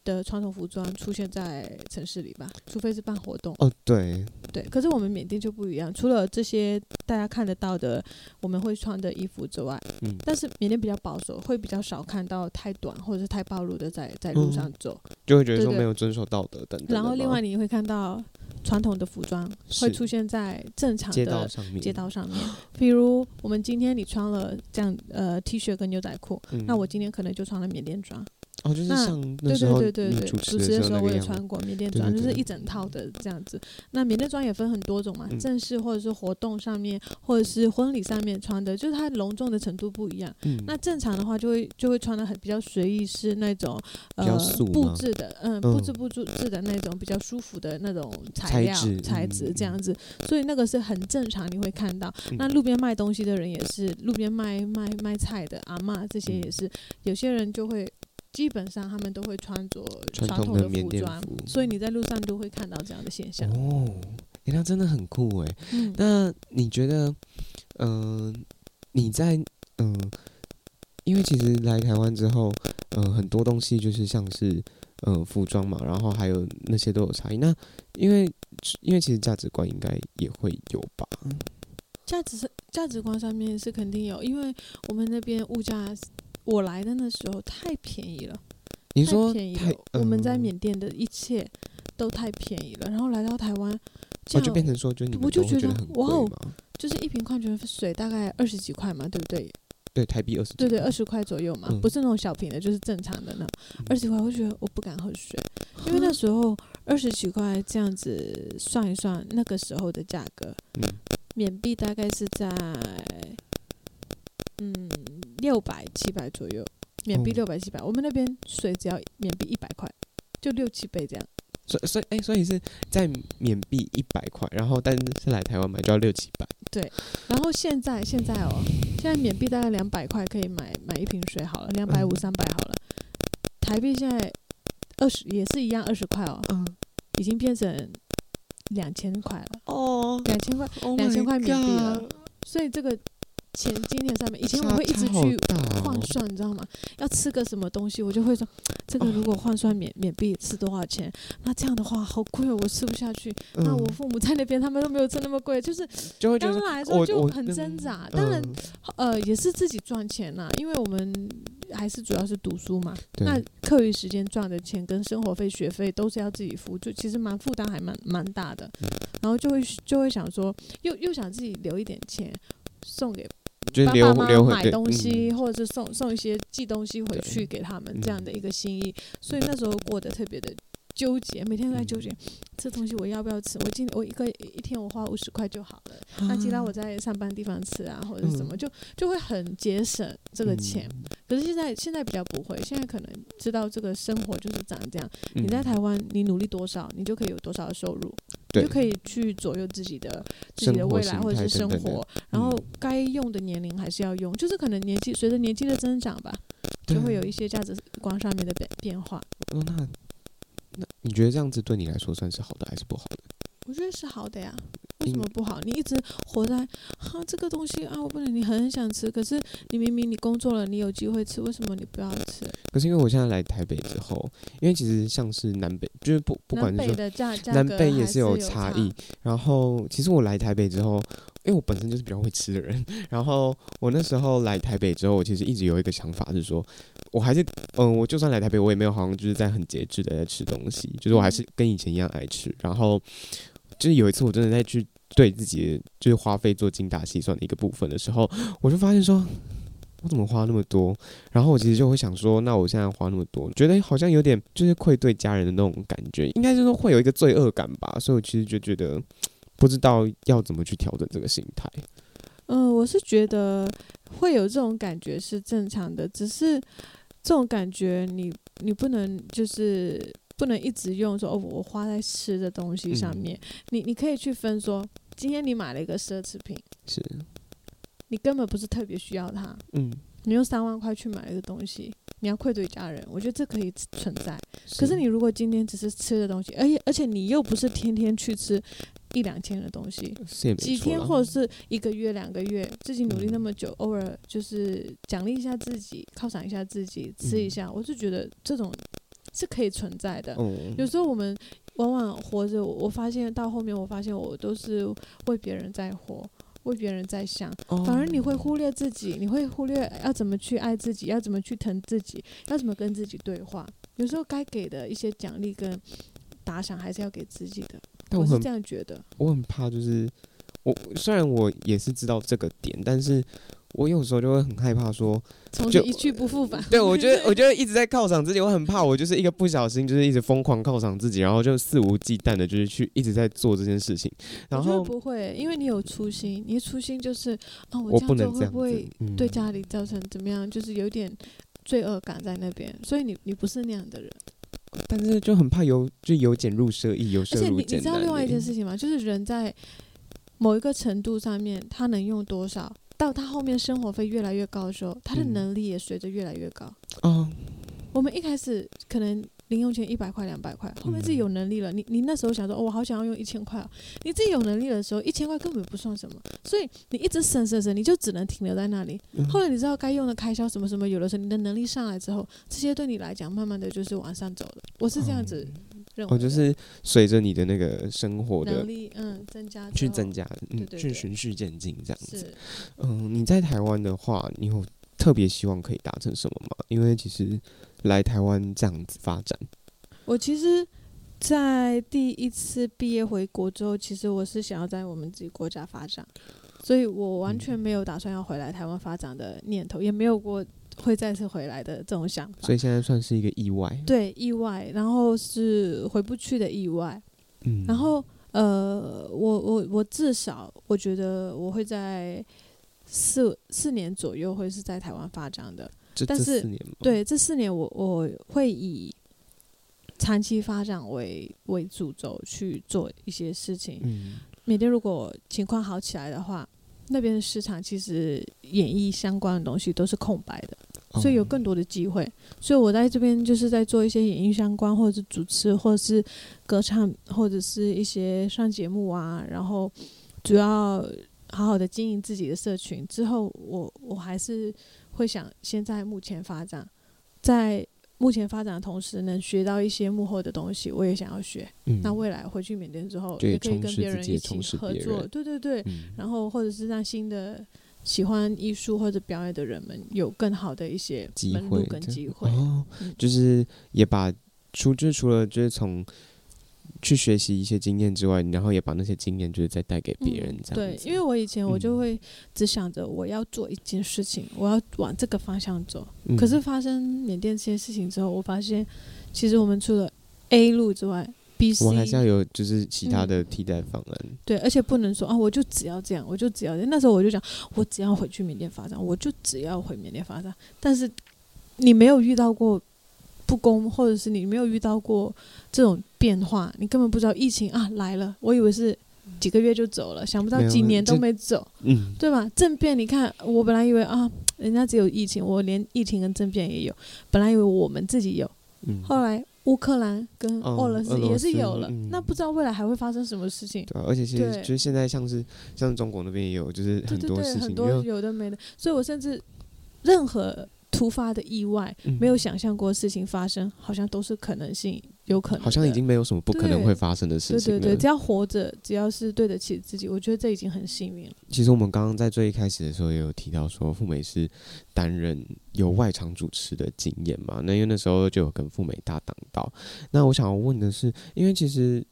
Speaker 2: 的传统服装出现在城市里吧，除非是办活动。
Speaker 1: 哦，对，
Speaker 2: 对，可是我们缅甸就不一样，除了这些大家看得到的我们会穿的衣服之外，
Speaker 1: 嗯
Speaker 2: 但是缅甸比较保守，会比较少看到太短或者是太暴露的在
Speaker 1: 嗯
Speaker 2: 在路上走。
Speaker 1: 就会觉得
Speaker 2: 对
Speaker 1: 说
Speaker 2: 对
Speaker 1: 没有遵守道德等等的
Speaker 2: 然后另
Speaker 1: 吗
Speaker 2: 外你会看到传统的服装会
Speaker 1: 是
Speaker 2: 出现在正常
Speaker 1: 街道
Speaker 2: 的
Speaker 1: 上面，
Speaker 2: 街道上面，比如我们今天你穿了这样呃 T 恤跟牛仔裤，
Speaker 1: 嗯，
Speaker 2: 那我今天可能就穿了缅甸装。
Speaker 1: 哦，就是
Speaker 2: 那
Speaker 1: 像那
Speaker 2: 对
Speaker 1: 时候
Speaker 2: 对对
Speaker 1: 你
Speaker 2: 对对，
Speaker 1: 主
Speaker 2: 持
Speaker 1: 的候
Speaker 2: 时候
Speaker 1: 那
Speaker 2: 我
Speaker 1: 个
Speaker 2: 也
Speaker 1: 样
Speaker 2: 穿
Speaker 1: 子，
Speaker 2: 过缅甸
Speaker 1: 对
Speaker 2: 装，
Speaker 1: 对
Speaker 2: 就是
Speaker 1: 对
Speaker 2: 一整套的这样子。那缅甸装也分很多种嘛，
Speaker 1: 嗯
Speaker 2: 正式或者是活动上面，或者是婚礼上面穿的，就是它隆重的程度不一样。
Speaker 1: 嗯，
Speaker 2: 那正常的话就会就会穿的很比较随意，是那种
Speaker 1: 比较
Speaker 2: 呃
Speaker 1: 素吗
Speaker 2: 布置的，嗯，
Speaker 1: 嗯
Speaker 2: 布置布置的那种比较舒服的那种
Speaker 1: 材
Speaker 2: 材料
Speaker 1: 质
Speaker 2: 材
Speaker 1: 嗯
Speaker 2: 质
Speaker 1: 嗯
Speaker 2: 这样子，所以那个是很正常，你会看到。那
Speaker 1: 嗯
Speaker 2: 路边卖东西的人也是，路边卖卖卖菜的阿嬷这些也是，有些人就会。基本上他们都会穿着
Speaker 1: 传
Speaker 2: 传
Speaker 1: 统
Speaker 2: 统
Speaker 1: 的
Speaker 2: 的
Speaker 1: 缅
Speaker 2: 服
Speaker 1: 甸
Speaker 2: 装
Speaker 1: 服，
Speaker 2: 所以你在路上都会看到这样的现象。
Speaker 1: 哦，诶那真的很酷诶。
Speaker 2: 嗯，
Speaker 1: 那你觉得，嗯、你在嗯、因为其实来台湾之后，嗯、很多东西就是像是嗯、呃服装嘛，然后还有那些都有差异。那因为因为其实价值观应该也会有吧？
Speaker 2: 价值是价值观上面是肯定有，因为我们那边物价，我来的那时候太便宜了，
Speaker 1: 你
Speaker 2: 太
Speaker 1: 说
Speaker 2: 便宜
Speaker 1: 太
Speaker 2: 了。我们在
Speaker 1: 嗯
Speaker 2: 缅甸的一切都太便宜了，然后来到台湾，
Speaker 1: 哦，
Speaker 2: 这样
Speaker 1: 就变成说，就你
Speaker 2: 我
Speaker 1: 们
Speaker 2: 就
Speaker 1: 都会
Speaker 2: 觉
Speaker 1: 觉
Speaker 2: 得
Speaker 1: 很贵
Speaker 2: 哇哦
Speaker 1: 嘛？
Speaker 2: 就是一瓶矿泉水大概二十几块嘛，对不对？
Speaker 1: 对，台币二十，
Speaker 2: 对对，二十块左右嘛，
Speaker 1: 嗯
Speaker 2: 不是那种小瓶的，就是正常的那二十块。我觉得我不敢喝水，因为那时候二十几块这样子算一算，那个时候的价格，
Speaker 1: 嗯
Speaker 2: 缅币大概是在嗯六百七百左右，缅币
Speaker 1: 哦
Speaker 2: 六百七百，我们那边水只要缅币一百块，就六七倍这样。
Speaker 1: 所以所以哎、所以是在缅币一百块，然后但是来台湾买就要六七百，
Speaker 2: 然后现在现在哦，现在缅币大概两百块可以买买一瓶水好了，两百五
Speaker 1: 嗯
Speaker 2: 三百好了。台币现在二十也是一样二十块哦，
Speaker 1: 嗯
Speaker 2: 已经变成两千块了，
Speaker 1: 哦，
Speaker 2: 两千块。
Speaker 1: 2000
Speaker 2: my
Speaker 1: 块缅币了
Speaker 2: God 所以这个钱今天上面，以
Speaker 1: 以
Speaker 2: 前我会一直去换算，你知道吗？要吃个什么东西，我就会说，这个如果换算缅缅币是多少钱？那这样的话好贵哦，我吃不下去。那我父母在那边，他们都没有吃那么贵，就是
Speaker 1: 嗯就会觉
Speaker 2: 刚
Speaker 1: 得
Speaker 2: 来的时
Speaker 1: 我
Speaker 2: 候就
Speaker 1: 我
Speaker 2: 很
Speaker 1: 嗯
Speaker 2: 挣扎。当然，
Speaker 1: 嗯
Speaker 2: 呃，也是自己赚钱啦，因为我们还是主要是读书嘛。
Speaker 1: 对
Speaker 2: 那课余时间赚的钱跟生活费、学费都是要自己付，就其实蛮负担还蛮蛮大的。
Speaker 1: 嗯
Speaker 2: 然后就会就会想说，又又想自己留一点钱送给
Speaker 1: 就是
Speaker 2: 爸
Speaker 1: 留
Speaker 2: 爸妈
Speaker 1: 留
Speaker 2: 妈
Speaker 1: 回
Speaker 2: 买
Speaker 1: 对
Speaker 2: 东西，
Speaker 1: 嗯
Speaker 2: 或者是送送一些寄东西回
Speaker 1: 对
Speaker 2: 去给他们
Speaker 1: 嗯
Speaker 2: 这样的一个心意。所以那时候过得特别的。纠结，每天都在
Speaker 1: 嗯
Speaker 2: 纠结，这东西我要不要吃？我今我一个一天我花五十块就好了，
Speaker 1: 啊
Speaker 2: 那其他我在上班地方吃啊，或者是什
Speaker 1: 嗯
Speaker 2: 么，就就会很节省这个钱。可是现在现在比较不会，现在可能知道这个生活就是长这样。
Speaker 1: 嗯
Speaker 2: 你在台湾，你努力多少，你就可以有多少的收入，你
Speaker 1: 对
Speaker 2: 就可以去左右自己的自己的
Speaker 1: 生活
Speaker 2: 未来
Speaker 1: 形
Speaker 2: 或者
Speaker 1: 态
Speaker 2: 是生
Speaker 1: 等等的
Speaker 2: 活。然后该用的年龄还是要用，就是可能年纪随着年纪的增长吧，就会有一些价值观上面的变变化。
Speaker 1: 哦那那你觉得这样子对你来说算是好的还是不好的？
Speaker 2: 我觉得是好的呀，为什
Speaker 1: 嗯
Speaker 2: 么不好？你一直活在哈、这个东西啊，我不能，你很想吃，可是你明明你工作了，你有机会吃，为什么你不要吃？
Speaker 1: 可是因为我现在来台北之后，因为其实像是南北，就是不不管
Speaker 2: 南
Speaker 1: 是说
Speaker 2: 北的价价格
Speaker 1: 南北也
Speaker 2: 还
Speaker 1: 是
Speaker 2: 是
Speaker 1: 有
Speaker 2: 差
Speaker 1: 异。然后其实我来台北之后，因为我本身就是比较会吃的人，然后我那时候来台北之后，我其实一直有一个想法是说，我还是嗯，我就算来台北，我也没有好像就是在很节制的在吃东西，就是我还是跟以前一样爱吃。然后就是有一次我真的在去对自己的就是花费做精打细算的一个部分的时候，我就发现说。我怎么花那么多？然后我其实就会想说，那我现在花那么多，觉得好像有点就是愧对家人的那种感觉，应该是说会有一个罪恶感吧。所以我其实就觉得不知道要怎么去调整这个心态。
Speaker 2: 嗯，我是觉得会有这种感觉是正常的，只是这种感觉你你不能就是不能一直用说哦，我花在吃的东西上
Speaker 1: 嗯
Speaker 2: 面，你你可以去分说，今天你买了一个奢侈品，
Speaker 1: 是，
Speaker 2: 你根本不是特别需要它，
Speaker 1: 嗯，
Speaker 2: 你用三万块去买一个东西，你要愧对家人，我觉得这可以存在。可是你如果今天只是吃的东西，而且而且你又不是天天去吃一两天的东西，
Speaker 1: 是也没
Speaker 2: 几
Speaker 1: 错
Speaker 2: 天
Speaker 1: 啦
Speaker 2: 或者是一个月、两个月，自己努力
Speaker 1: 嗯
Speaker 2: 那么久，偶尔就是奖励一下自己，犒赏一下自己，吃一
Speaker 1: 嗯
Speaker 2: 下，我就觉得这种是可以存在的。
Speaker 1: 嗯，
Speaker 2: 有时候我们往往活着，我我发现到后面，我发现我都是为别人在活，为别人在想，
Speaker 1: 哦
Speaker 2: 反而你会忽略自己，你会忽略要怎么去爱自己，要怎么去疼自己，要怎么跟自己对话。有时候该给的一些奖励跟打赏还是要给自己的，
Speaker 1: 但
Speaker 2: 我
Speaker 1: 我
Speaker 2: 是
Speaker 1: 很
Speaker 2: 这样觉得。
Speaker 1: 我很怕，就是我虽然我也是知道这个点，但是我有时候就会很害怕 说，
Speaker 2: 从此
Speaker 1: 就呃
Speaker 2: 一去不复返。
Speaker 1: 对我觉得我觉得一直在犒赏自己，我很怕我就是一个不小心就是一直疯狂犒赏自己，然后就肆无忌惮的就是去一直在做这件事情，然
Speaker 2: 我觉得
Speaker 1: 后
Speaker 2: 不会，因为你有初心，你的初心就是啊，我
Speaker 1: 我
Speaker 2: 这
Speaker 1: 不
Speaker 2: 样
Speaker 1: 能这
Speaker 2: 做会
Speaker 1: 样
Speaker 2: 不会
Speaker 1: 子，嗯
Speaker 2: 对家里造成怎么样？就是有点罪恶感在那边，所以你你不是那样的人。
Speaker 1: 但是就很怕由就由俭入奢易，由
Speaker 2: 而
Speaker 1: 奢
Speaker 2: 且
Speaker 1: 入
Speaker 2: 你你
Speaker 1: 俭
Speaker 2: 知道
Speaker 1: 难
Speaker 2: 另外一
Speaker 1: 欸
Speaker 2: 件事情吗？就是人在某一个程度上面，他能用多少，到他后面生活费越来越高的时候，他的
Speaker 1: 嗯
Speaker 2: 能力也随着越来越高。
Speaker 1: 哦，
Speaker 2: 我们一开始可能零用钱一百块、两百块，后面自己
Speaker 1: 嗯
Speaker 2: 有能力了，你你那时候想说，哦，我好想要用一千块、啊，你自己有能力的时候，一千块根本不算什么，所以你一直省省省，你就只能停留在那里。
Speaker 1: 嗯
Speaker 2: 后来你知道该用的开销什么什么，有的时候你的能力上来之后，这些对你来讲，慢慢的就是往上走的。我是这样子
Speaker 1: 哦
Speaker 2: 认为的。
Speaker 1: 我就是随着你的那个生活的
Speaker 2: 能力嗯增加之
Speaker 1: 去
Speaker 2: 后
Speaker 1: 增加，嗯
Speaker 2: 对，对
Speaker 1: 去
Speaker 2: 对
Speaker 1: 循序渐进这样子。
Speaker 2: 是
Speaker 1: 嗯，你在台湾的话，你有特别希望可以达成什么吗？因为其实来台湾这样子发展，
Speaker 2: 我其实，在第一次毕业回国之后，其实我是想要在我们自己国家发展，所以我完全没有打算要回来台湾发展的念头，也没有过会再次回来的这种想法
Speaker 1: 所。以现在算是一个意外。
Speaker 2: 对，意外，然后是回不去的意外，
Speaker 1: 嗯，
Speaker 2: 然后呃，我我我至少我觉得我会在四四年左右会是在台湾发展的，
Speaker 1: 这
Speaker 2: 但
Speaker 1: 这
Speaker 2: 是
Speaker 1: 四年嘛，
Speaker 2: 对，这四年我我会以长期发展为为主轴去做一些事情。
Speaker 1: 嗯，
Speaker 2: 每天如果情况好起来的话，那边的市场其实演艺相关的东西都是空白的。所以有
Speaker 1: 哦
Speaker 2: 更多的机会。所以我在这边就是在做一些演艺相关，或者是主持，或者是歌唱，或者是一些上节目啊，然后主要好好的经营自己的社群。之后我我还是会想先在目前发展，在目前发展的同时，能学到一些幕后的东西，我也想要学。
Speaker 1: 嗯
Speaker 2: 那未来回去缅甸之后，
Speaker 1: 对
Speaker 2: 也可以
Speaker 1: 充
Speaker 2: 跟
Speaker 1: 实
Speaker 2: 别
Speaker 1: 自
Speaker 2: 人
Speaker 1: 己也
Speaker 2: 一
Speaker 1: 充
Speaker 2: 起
Speaker 1: 实
Speaker 2: 合
Speaker 1: 别
Speaker 2: 作。
Speaker 1: 人
Speaker 2: 对对对，
Speaker 1: 嗯
Speaker 2: 然后或者是让新的喜欢艺术或者表演的人们有更好的一些
Speaker 1: 机
Speaker 2: 门路
Speaker 1: 会
Speaker 2: 跟
Speaker 1: 这样
Speaker 2: 机会。
Speaker 1: 哦
Speaker 2: 嗯，
Speaker 1: 就是也把除就是除了就是从去学习一些经验之外，然后也把那些经验就是再带给别人这样
Speaker 2: 嗯对，
Speaker 1: 子。
Speaker 2: 因为我以前我就
Speaker 1: 嗯
Speaker 2: 会只想着我要做一件事情，我要往这个方向走。
Speaker 1: 嗯
Speaker 2: 可是发生缅甸这些事情之后，我发现其实我们除了 A 路之外，B、C
Speaker 1: 我们还是要有就是其他
Speaker 2: 嗯
Speaker 1: 的替代方案。
Speaker 2: 对，而且不能说啊，我就只要这样，我就只要这样。那时候我就讲，我只要回去缅甸发展，我就只要回缅甸发展。但是你没有遇到过不公，或者是你没有遇到过这种变化，你根本不知道疫情啊来了，我以为是几个月就走了，想不到
Speaker 1: 没有
Speaker 2: 几
Speaker 1: 那
Speaker 2: 年都
Speaker 1: 这
Speaker 2: 没走，
Speaker 1: 嗯，
Speaker 2: 对吧？政变，你看，我本来以为啊，人家只有疫情，我连疫情跟政变也有，本来以为我们自己有，
Speaker 1: 嗯
Speaker 2: 后来乌克兰跟
Speaker 1: 哦
Speaker 2: 俄罗
Speaker 1: 俄
Speaker 2: 斯
Speaker 1: 罗
Speaker 2: 也是
Speaker 1: 斯
Speaker 2: 有了，
Speaker 1: 嗯
Speaker 2: 那不知道未来还会发生什么事情。
Speaker 1: 对啊、而且其实
Speaker 2: 对
Speaker 1: 就是现在像是像中国那边也有，就是
Speaker 2: 对对
Speaker 1: 多
Speaker 2: 对，
Speaker 1: 事情，
Speaker 2: 很
Speaker 1: 因
Speaker 2: 多
Speaker 1: 为
Speaker 2: 有的没的，所以我甚至任何突发的意外，
Speaker 1: 嗯
Speaker 2: 没有想象过的事情发生，好像都是可能性，有可能的，
Speaker 1: 好像已经没有什么不可能
Speaker 2: 对
Speaker 1: 会发生的事
Speaker 2: 对
Speaker 1: 情
Speaker 2: 对
Speaker 1: 了。
Speaker 2: 对，只要活着，只要是对得起自己，我觉得这已经很幸运了。
Speaker 1: 其实我们刚刚在最一开始的时候也有提到说，赴美是担任有外场主持的经验嘛？那因为那时候就有跟赴美搭档到。那我想要问的是，因为其实。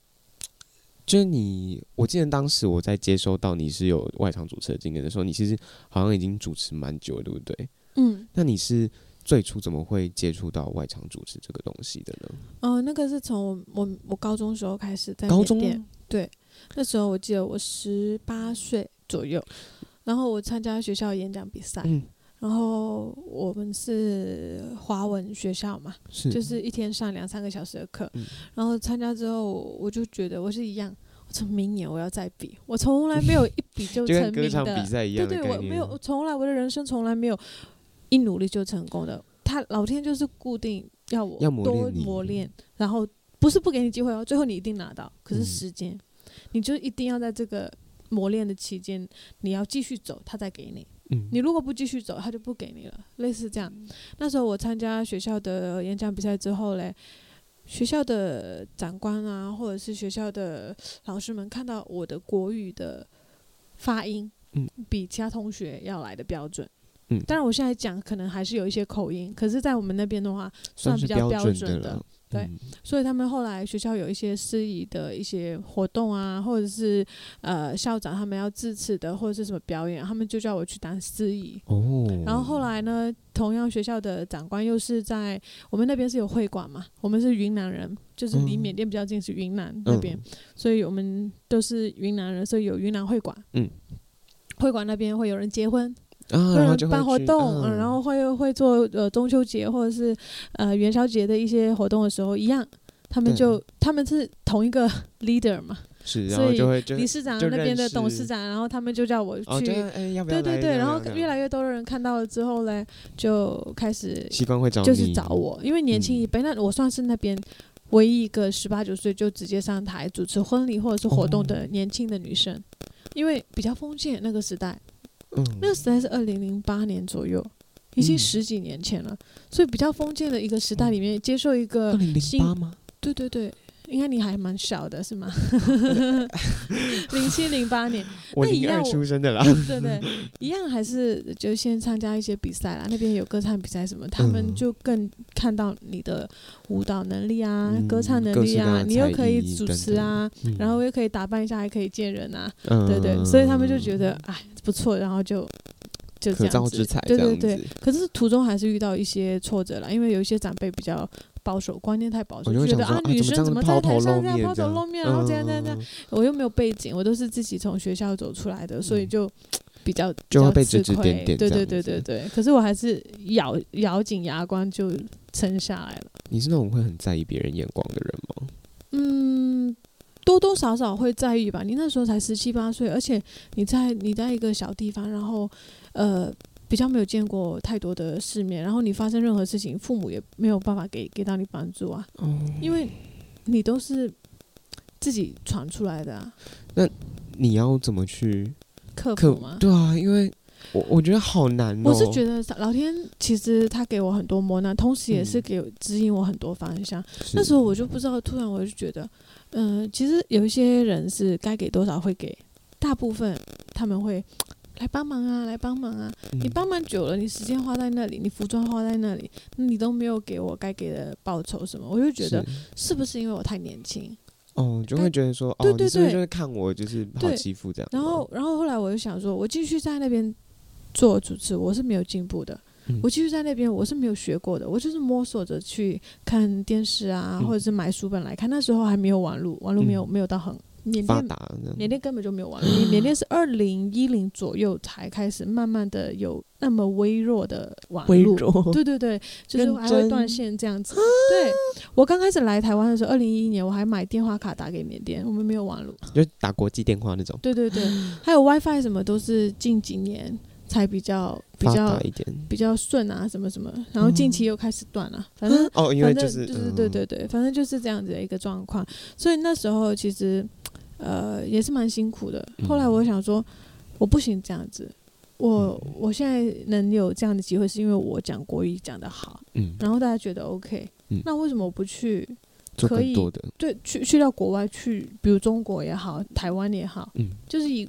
Speaker 1: 就是你，我记得当时我在接收到你是有外场主持的经验的时候，你其实好像已经主持蛮久了，对不对？
Speaker 2: 嗯，
Speaker 1: 那你是最初怎么会接触到外场主持这个东西的呢？
Speaker 2: 哦、那个是从我我我高中时候开始在
Speaker 1: 高
Speaker 2: 缅
Speaker 1: 中哦
Speaker 2: 甸那时候我记得我十八岁左右，然后我参加学校演讲比赛，
Speaker 1: 嗯
Speaker 2: 然后我们是华文学校嘛，
Speaker 1: 是
Speaker 2: 就是一天上两三个小时的课，
Speaker 1: 嗯
Speaker 2: 然后参加之后，我就觉得我是一样，我从明年我要再比，我从来没有一比就
Speaker 1: 就跟
Speaker 2: 成
Speaker 1: 歌
Speaker 2: 名
Speaker 1: 唱
Speaker 2: 的
Speaker 1: 比，赛一
Speaker 2: 对
Speaker 1: 样的
Speaker 2: 对，
Speaker 1: 概念。
Speaker 2: 我没有，我从来我的人生从来没有一努力就成功的，他老天就是固定要我
Speaker 1: 要磨
Speaker 2: 多
Speaker 1: 练你嗯
Speaker 2: 磨练，然后不是不给你机会哦，最后你一定拿到，可是
Speaker 1: 嗯
Speaker 2: 时间，你就一定要在这个磨练的期间，你要继续走，他再给你。
Speaker 1: 嗯，
Speaker 2: 你如果不继续走，他就不给你了，类似这样。那时候我参加学校的演讲比赛之后嘞，学校的长官啊，或者是学校的老师们看到我的国语的发音，
Speaker 1: 嗯，
Speaker 2: 比其他同学要来的标准。
Speaker 1: 嗯
Speaker 2: 当然我现在讲可能还是有一些口音，可是，在我们那边的话，
Speaker 1: 算
Speaker 2: 算
Speaker 1: 是
Speaker 2: 比较标
Speaker 1: 准
Speaker 2: 准的
Speaker 1: 了。
Speaker 2: 对
Speaker 1: 嗯
Speaker 2: 所以他们后来学校有一些司仪的一些活动啊，或者是呃校长他们要致辞的或者是什么表演，他们就叫我去当司仪。
Speaker 1: 哦，
Speaker 2: 然后后来呢，同样学校的长官又是在我们那边是有会馆嘛，我们是云南人，就是离
Speaker 1: 嗯
Speaker 2: 缅甸比较近是云南那边，所以我们都是云南人，所以有云南会馆。
Speaker 1: 嗯，
Speaker 2: 会馆那边会有人结婚，
Speaker 1: 啊，
Speaker 2: 会
Speaker 1: 然
Speaker 2: 有
Speaker 1: 后就
Speaker 2: 人
Speaker 1: 会
Speaker 2: 办活
Speaker 1: 去
Speaker 2: 动，嗯，
Speaker 1: 嗯
Speaker 2: 然后会会做呃中秋节或者是呃元宵节的一些活动的时候一样。他们
Speaker 1: 对
Speaker 2: 就他们是同一个 leader 嘛，
Speaker 1: 是，然
Speaker 2: 所
Speaker 1: 后
Speaker 2: 以
Speaker 1: 就会就
Speaker 2: 理事长
Speaker 1: 就
Speaker 2: 那边
Speaker 1: 认
Speaker 2: 的董
Speaker 1: 识
Speaker 2: 事长，然后他们就叫我去
Speaker 1: 哦，就哎要不要
Speaker 2: 对对
Speaker 1: 来
Speaker 2: 对，
Speaker 1: 要
Speaker 2: 然后
Speaker 1: 不要
Speaker 2: 越来越多的人看到了之后嘞，就开始
Speaker 1: 习惯会找
Speaker 2: 就是
Speaker 1: 你
Speaker 2: 找我，因为年轻
Speaker 1: 嗯
Speaker 2: 一辈，那我算是那边唯一一个十八九岁就直接上台主持婚礼或者是活动
Speaker 1: 哦
Speaker 2: 的年轻的女生，因为比较封建那个时代，
Speaker 1: 嗯，
Speaker 2: 那个时代是二零零八年左右，已经
Speaker 1: 嗯
Speaker 2: 十几年前了，所以比较封建的一个时代里面，接受一
Speaker 1: 二
Speaker 2: 个
Speaker 1: 零零
Speaker 2: 新
Speaker 1: 八吗？
Speaker 2: 对对对。应该你还蛮小的 是吗？零七零八年，
Speaker 1: 我
Speaker 2: 那一
Speaker 1: 零
Speaker 2: 样
Speaker 1: 二
Speaker 2: 我
Speaker 1: 出生的啦，
Speaker 2: 对对，一样还是就先参加一些比赛啦，那边有歌唱比赛什么，他们
Speaker 1: 嗯
Speaker 2: 就更看到你的舞蹈能力啊、
Speaker 1: 嗯
Speaker 2: 歌唱能
Speaker 1: 各
Speaker 2: 力
Speaker 1: 式各样
Speaker 2: 啊，
Speaker 1: 的
Speaker 2: 你
Speaker 1: 才
Speaker 2: 又可以
Speaker 1: 艺
Speaker 2: 主
Speaker 1: 等
Speaker 2: 持啊，
Speaker 1: 嗯
Speaker 2: 然后又可以打扮一下，还可以见人啊，
Speaker 1: 嗯
Speaker 2: 对对，所以他们就觉得哎不错，然后就就这
Speaker 1: 可
Speaker 2: 样
Speaker 1: 造
Speaker 2: 子，
Speaker 1: 之才，
Speaker 2: 对
Speaker 1: 这
Speaker 2: 对
Speaker 1: 样
Speaker 2: 对。
Speaker 1: 子，
Speaker 2: 可是途中还是遇到一些挫折啦，因为有一些长辈比较。保守观念太保守，
Speaker 1: 哦我就会
Speaker 2: 觉
Speaker 1: 想
Speaker 2: 得
Speaker 1: 说
Speaker 2: 啊，
Speaker 1: 怎
Speaker 2: 女
Speaker 1: 么这
Speaker 2: 生
Speaker 1: 样
Speaker 2: 怎
Speaker 1: 子
Speaker 2: 么
Speaker 1: 抛
Speaker 2: 在台
Speaker 1: 头露
Speaker 2: 上这样
Speaker 1: 面嗯
Speaker 2: 抛头露面，然后这样这样这样，，我又没有背景，我都是自己从学校走出来的，所以
Speaker 1: 嗯
Speaker 2: 就比较
Speaker 1: 就
Speaker 2: 比
Speaker 1: 会
Speaker 2: 较
Speaker 1: 被指
Speaker 2: 吃
Speaker 1: 指点
Speaker 2: 亏
Speaker 1: 点
Speaker 2: 对
Speaker 1: 这
Speaker 2: 对
Speaker 1: 样
Speaker 2: 对
Speaker 1: 子
Speaker 2: 对对，可是我还是咬咬紧牙关就撑下来了。
Speaker 1: 你是那种会很在意别人眼光的人吗？
Speaker 2: 嗯，多多少少会在意吧。你那时候才十七八岁，而且你在你在一个小地方，然后呃。比较没有见过太多的世面，然后你发生任何事情，父母也没有办法给给到你帮助啊，因为你都是自己闯出来的啊，
Speaker 1: 你要怎么去
Speaker 2: 克
Speaker 1: 克
Speaker 2: 服嘛。
Speaker 1: 对啊，因为我我觉得好难哦。
Speaker 2: 我是觉得老天其实他给我很多磨难，同时也是
Speaker 1: 嗯
Speaker 2: 给我指引我很多方向。
Speaker 1: 是
Speaker 2: 那时候我就不知道，突然我就觉得，嗯、其实有一些人是该给多少会给，大部分他们会来帮忙啊，来帮忙啊。
Speaker 1: 嗯
Speaker 2: 你帮忙久了，你时间花在那里，你服装花在那里，你都没有给我该给的报酬什么，我就觉得
Speaker 1: 是
Speaker 2: 是不是因为我太年轻？
Speaker 1: 哦，就
Speaker 2: 该
Speaker 1: 会觉得说
Speaker 2: 对
Speaker 1: 哦，
Speaker 2: 对
Speaker 1: 你是不是
Speaker 2: 对
Speaker 1: 就是看我就是好
Speaker 2: 对
Speaker 1: 欺负这样吗？
Speaker 2: 然后，然后后来我就想说，我继续在那边做主持，我是没有进步的。
Speaker 1: 嗯
Speaker 2: 我继续在那边，我是没有学过的，我就是摸索着去看电视啊，
Speaker 1: 嗯
Speaker 2: 或者是买书本来看。那时候还没有网络，网络没有、
Speaker 1: 嗯
Speaker 2: 没有到很缅
Speaker 1: 发
Speaker 2: 甸，
Speaker 1: 达嗯这样
Speaker 2: 缅甸根本就没有网络，缅甸是二零一零左右才开始慢慢的有那么微弱的网
Speaker 1: 微
Speaker 2: 络。
Speaker 1: 弱，
Speaker 2: 对对对，就是
Speaker 1: 认
Speaker 2: 还会断
Speaker 1: 真啊
Speaker 2: 线这样子。对我刚开始来台湾的时候，二零一一年我还买电话卡打给缅甸，我们没有网络。
Speaker 1: 就打国际电话那种，
Speaker 2: 对 对对，还有 WiFi 什么都是近几年才比较比
Speaker 1: 发
Speaker 2: 较
Speaker 1: 达一点。
Speaker 2: 比较顺啊，什么什么，然后近期又开始断了、啊反正、
Speaker 1: 哦，因为
Speaker 2: 反
Speaker 1: 就
Speaker 2: 正
Speaker 1: 是
Speaker 2: 就是对对对，反正就是这样子的一个状况。所以那时候其实呃也是蛮辛苦的。
Speaker 1: 嗯
Speaker 2: 后来我想说，我不行这样子。我
Speaker 1: 嗯
Speaker 2: 我现在能有这样的机会，是因为我讲国语讲得好，
Speaker 1: 嗯，嗯
Speaker 2: 然后大家觉得 OK，、
Speaker 1: 嗯
Speaker 2: 那为什么我不去？
Speaker 1: 做
Speaker 2: 可
Speaker 1: 更
Speaker 2: 以
Speaker 1: 多的
Speaker 2: 对，去去到国外去，比如中国也好，台湾也好，
Speaker 1: 嗯
Speaker 2: 就是以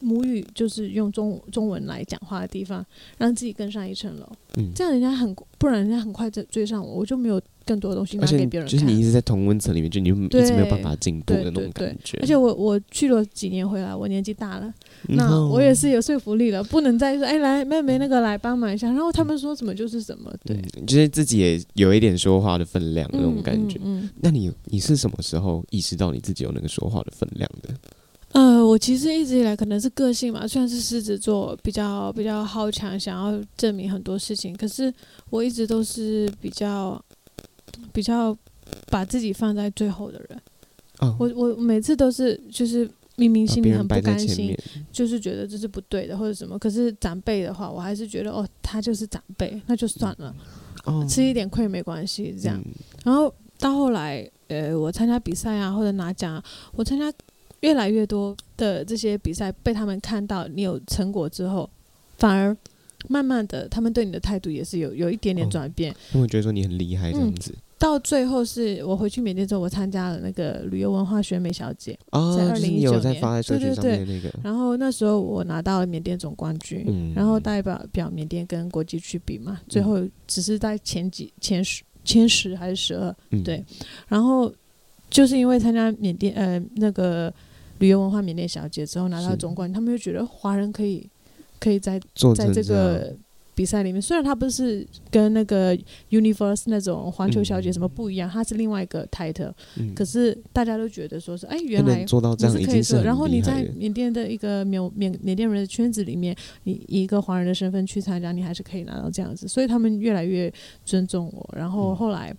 Speaker 2: 母语就是用中中文来讲话的地方，让自己更上一层楼。
Speaker 1: 嗯，
Speaker 2: 这样人家很，不然人家很快就追上我，我就没有更多的东西拿
Speaker 1: 而且
Speaker 2: 给别人
Speaker 1: 就
Speaker 2: 看。
Speaker 1: 是你一直在同温层里面，就你就一直没有办
Speaker 2: 对
Speaker 1: 法进步的
Speaker 2: 对
Speaker 1: 那种
Speaker 2: 对对
Speaker 1: 感觉。
Speaker 2: 而且我我去了几年回来，我年纪大了，
Speaker 1: 嗯，
Speaker 2: 那
Speaker 1: 哦
Speaker 2: 我也是有说服力了，不能再说哎来妹妹那个来帮忙一下，然后他们说什么就是什么，对，
Speaker 1: 嗯，就是自己也有一点说话的分量那种
Speaker 2: 嗯
Speaker 1: 感觉。
Speaker 2: 嗯嗯
Speaker 1: 那你你是什么时候意识到你自己有那个说话的分量的？
Speaker 2: 呃，我其实一直以来可能是个性嘛，虽然是狮子座，比较比较好强，想要证明很多事情，可是我一直都是比较比较把自己放在最后的人。
Speaker 1: 哦，
Speaker 2: 我我每次都是就是明明
Speaker 1: 把
Speaker 2: 心
Speaker 1: 别
Speaker 2: 里
Speaker 1: 人
Speaker 2: 很不
Speaker 1: 摆在
Speaker 2: 甘
Speaker 1: 前
Speaker 2: 心
Speaker 1: 面，，
Speaker 2: 就是觉得这是不对的或者什么，可是长辈的话，我还是觉得哦，他就是长辈，那就算了。
Speaker 1: 哦，
Speaker 2: 吃一点亏没关系，这样。
Speaker 1: 嗯
Speaker 2: 然后到后来，呃，我参加比赛啊，或者拿奖、啊，我参加越来越多的这些比赛，被他们看到你有成果之后，反而慢慢的，他们对你的态度也是有有一点点
Speaker 1: 哦
Speaker 2: 转变。
Speaker 1: 他们觉得说你很厉害这样子
Speaker 2: 到最后是我回去缅甸之后，我参加了那个旅游文化选美小姐，嗯在
Speaker 1: 哦，就是你有
Speaker 2: 2019
Speaker 1: 在发在
Speaker 2: 年
Speaker 1: 社群
Speaker 2: 对对
Speaker 1: 上面的那个，
Speaker 2: 然后那时候我拿到了缅甸总冠军，
Speaker 1: 嗯
Speaker 2: 然后代表表缅甸跟国际去比嘛，最后只是在前几前十前十还是十二，
Speaker 1: 嗯
Speaker 2: 对然后就是因为参加缅甸呃那个旅游文化缅甸小姐之后拿到
Speaker 1: 是
Speaker 2: 总冠军，他们就觉得华人可以可以在
Speaker 1: 做
Speaker 2: 在
Speaker 1: 成
Speaker 2: 这
Speaker 1: 样
Speaker 2: 个比赛里面，虽然他不是跟那个 Universe 那种环球小姐
Speaker 1: 嗯
Speaker 2: 什么不一样，他是另外一个 title，
Speaker 1: 嗯
Speaker 2: 可是大家都觉得说是哎
Speaker 1: 他
Speaker 2: 原来
Speaker 1: 能做到这
Speaker 2: 你
Speaker 1: 样
Speaker 2: 是
Speaker 1: 已
Speaker 2: 可以
Speaker 1: 经是
Speaker 2: 做，
Speaker 1: 很
Speaker 2: 然后你
Speaker 1: 厉害
Speaker 2: 在
Speaker 1: 了
Speaker 2: 缅甸的一个缅缅缅甸人的圈子里面，你以一个华人的身份去参加，你还是可以拿到这样子，所以他们越来越尊重我。然后
Speaker 1: 嗯
Speaker 2: 后来，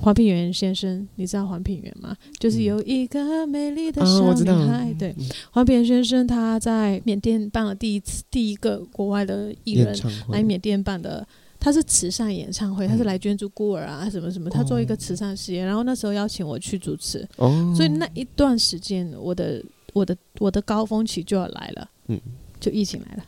Speaker 2: 黄品源先生，你知道黄品源吗？就是
Speaker 1: 嗯
Speaker 2: 有一个美丽的
Speaker 1: 啊我
Speaker 2: 小
Speaker 1: 知
Speaker 2: 女
Speaker 1: 道
Speaker 2: 孩，对，黄品源先生他在缅甸办了第一次第一个国外的艺
Speaker 1: 演
Speaker 2: 人
Speaker 1: 唱
Speaker 2: 来
Speaker 1: 会，
Speaker 2: 缅甸办的，他是慈善演唱会，他是
Speaker 1: 嗯
Speaker 2: 来捐助孤儿啊什么什么，他做一个慈善事业，然后那时候邀请我去主持，
Speaker 1: 哦，
Speaker 2: 所以那一段时间，我的我的我的高峰期就要来了，
Speaker 1: 嗯
Speaker 2: 就疫情来了，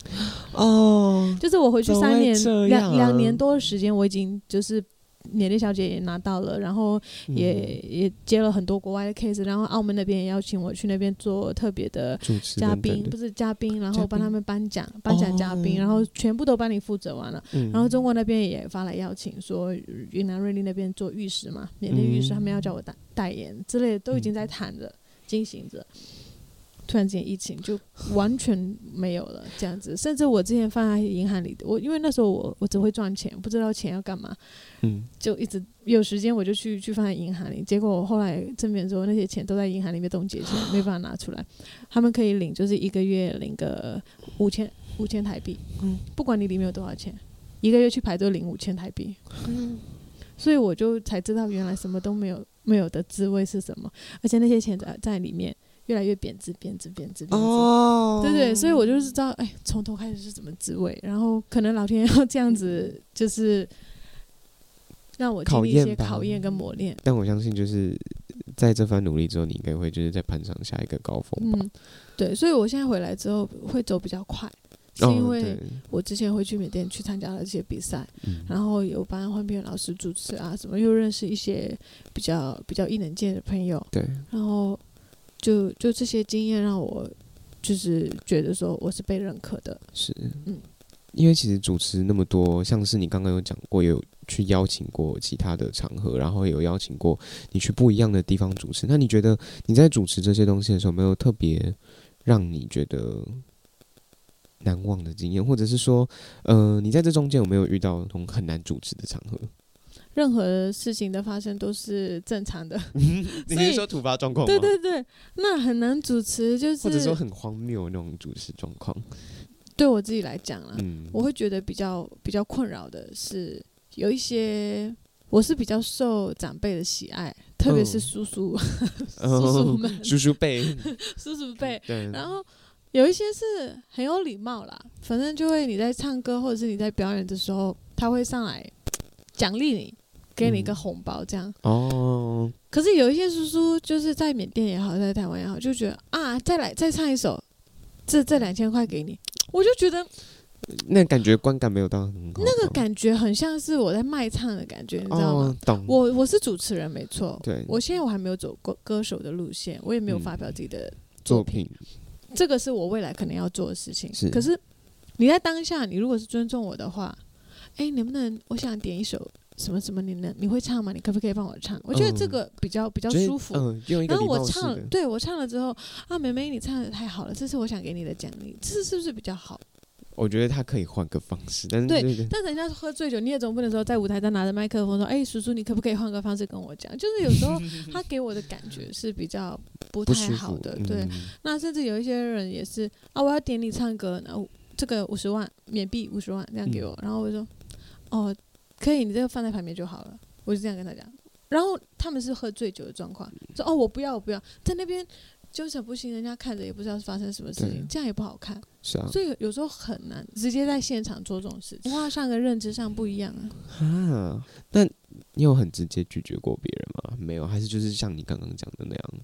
Speaker 1: 哦，
Speaker 2: 就是我回去
Speaker 1: 怎么
Speaker 2: 三
Speaker 1: 会
Speaker 2: 年
Speaker 1: 这样
Speaker 2: 两两年多的时间，我已经就是。缅甸小姐也拿到了，然后也、
Speaker 1: 嗯
Speaker 2: 也接了很多国外的 case，然后澳门那边也邀请我去那边做特别的
Speaker 1: 主持
Speaker 2: 嘉
Speaker 1: 等等
Speaker 2: 宾，
Speaker 1: 的
Speaker 2: 不是嘉宾，然
Speaker 1: 嘉
Speaker 2: 后
Speaker 1: 宾
Speaker 2: 帮他们颁奖，颁奖嘉宾，
Speaker 1: 哦
Speaker 2: 然后全部都帮你负责完了。
Speaker 1: 嗯
Speaker 2: 然后中国那边也发来邀请，说云南瑞丽那边做玉石嘛，缅甸玉石，
Speaker 1: 嗯
Speaker 2: 他们要叫我代代言之类的，都已经在谈着、进行着。突然间疫情就完全没有了，这样子。甚至我之前放在银行里的，我因为那时候我我只会赚钱，不知道钱要干嘛，
Speaker 1: 嗯
Speaker 2: 就一直有时间我就去去放在银行里。结果我后来证明说那些钱都在银行里面冻结起来，没办法拿出来。他们可以领，就是一个月领个五千五千台币，
Speaker 1: 嗯
Speaker 2: 不管你里面有多少钱，一个月去排队领五千台币。所以我就才知道原来什么都没有没有的滋味是什么，而且那些钱在在里面越来越贬值，贬值，贬值，贬值。
Speaker 1: 哦，
Speaker 2: 对对，所以我就是知道，哎，从头开始是怎么滋味，然后可能老天要这样子，就是让我经历一
Speaker 1: 考
Speaker 2: 些
Speaker 1: 验吧
Speaker 2: 考验跟磨练。
Speaker 1: 但我相信就是在这番努力之后，你应该会就是在攀上下一个高峰吧，
Speaker 2: 嗯，对，所以我现在回来之后会走比较快，嗯是
Speaker 1: 哦
Speaker 2: 因为
Speaker 1: 对
Speaker 2: 我之前会去缅甸去参加了这些比赛，
Speaker 1: 嗯
Speaker 2: 然后有帮换片老师主持啊什么，又认识一些比较比较异能界的朋友，
Speaker 1: 对，
Speaker 2: 然后就就这些经验让我就是觉得说我是被认可的，
Speaker 1: 是，
Speaker 2: 嗯
Speaker 1: 因为其实主持那么多，像是你刚刚有讲过，有去邀请过其他的场合，然后有邀请过你去不一样的地方主持。那你觉得你在主持这些东西的时候，有没有特别让你觉得难忘的经验，或者是说，呃，你在这中间有没有遇到那种很难主持的场合？
Speaker 2: 任何事情的发生都是正常的。
Speaker 1: 哦你
Speaker 2: 所
Speaker 1: 是
Speaker 2: 以
Speaker 1: 说突发状况吗？
Speaker 2: 对对对，那很难主持，就是
Speaker 1: 或者说很荒谬的那种主持状况？
Speaker 2: 对我自己来讲啦，
Speaker 1: 嗯，
Speaker 2: 我会觉得比较比较困扰的是有一些。我是比较受长辈的喜爱，特别是
Speaker 1: 嗯
Speaker 2: 叔叔、叔叔
Speaker 1: 哦
Speaker 2: 们、 嗯
Speaker 1: 叔叔辈，
Speaker 2: 叔叔辈，
Speaker 1: 对，
Speaker 2: 然后有一些是很有礼貌啦，反正就会你在唱歌或者是你在表演的时候，他会上来奖励你，给你一个
Speaker 1: 嗯
Speaker 2: 红包这样。
Speaker 1: 哦，
Speaker 2: 可是有一些叔叔就是在缅甸也好，在台湾也好，就觉得啊，再来再唱一首，这这两千块给你，我就觉得
Speaker 1: 那感觉观感没有到很好，
Speaker 2: 那个感觉很像是我在卖唱的感觉，你知道吗？
Speaker 1: 哦、懂
Speaker 2: 我我是主持人没错，
Speaker 1: 对
Speaker 2: 我现在我还没有走歌歌手的路线，我也没有
Speaker 1: 嗯
Speaker 2: 发表自己的
Speaker 1: 作品
Speaker 2: 这个是我未来可能要做的事情。
Speaker 1: 是
Speaker 2: 可是你在当下，你如果是尊重我的话，哎，能不能我想点一首什么什么？你能你会唱吗？你可不可以帮我唱？我觉得这
Speaker 1: 嗯
Speaker 2: 个比较比较
Speaker 1: 就是
Speaker 2: 舒服。
Speaker 1: 嗯，用一个
Speaker 2: 然后
Speaker 1: 礼
Speaker 2: 我
Speaker 1: 貌式
Speaker 2: 唱，
Speaker 1: 的，
Speaker 2: 对我唱了之后啊，妹妹你唱的太好了，这是我想给你的奖励，这是不是比较好？
Speaker 1: 我觉得他可以换个方式，但是
Speaker 2: 对
Speaker 1: 对对
Speaker 2: 但人家喝醉酒，你也总不能说在舞台上拿着麦克风说，哎、叔叔你可不可以换个方式跟我讲？就是有 时候他给我的感觉是比较不
Speaker 1: 不
Speaker 2: 太
Speaker 1: 舒
Speaker 2: 好
Speaker 1: 服，
Speaker 2: 的，对。
Speaker 1: 嗯
Speaker 2: 那甚至有一些人也是啊，我要点你唱歌，然后这个五十万缅币五十万这样给
Speaker 1: 嗯
Speaker 2: 我，然后我就说哦，可以，你这个放在旁边就好了，我就这样跟他讲。然后他们是喝醉酒的状况，说哦我不要我不要，在那边纠缠不清，人家看着也不知道发生什么事
Speaker 1: 对
Speaker 2: 情，这样也不好看。
Speaker 1: 是啊，
Speaker 2: 所以有时候很难直接在现场做这种事情，文化上跟认知上不一样啊。
Speaker 1: 啊，那你有很直接拒绝过别人吗？没有，还是就是像你刚刚讲的那样，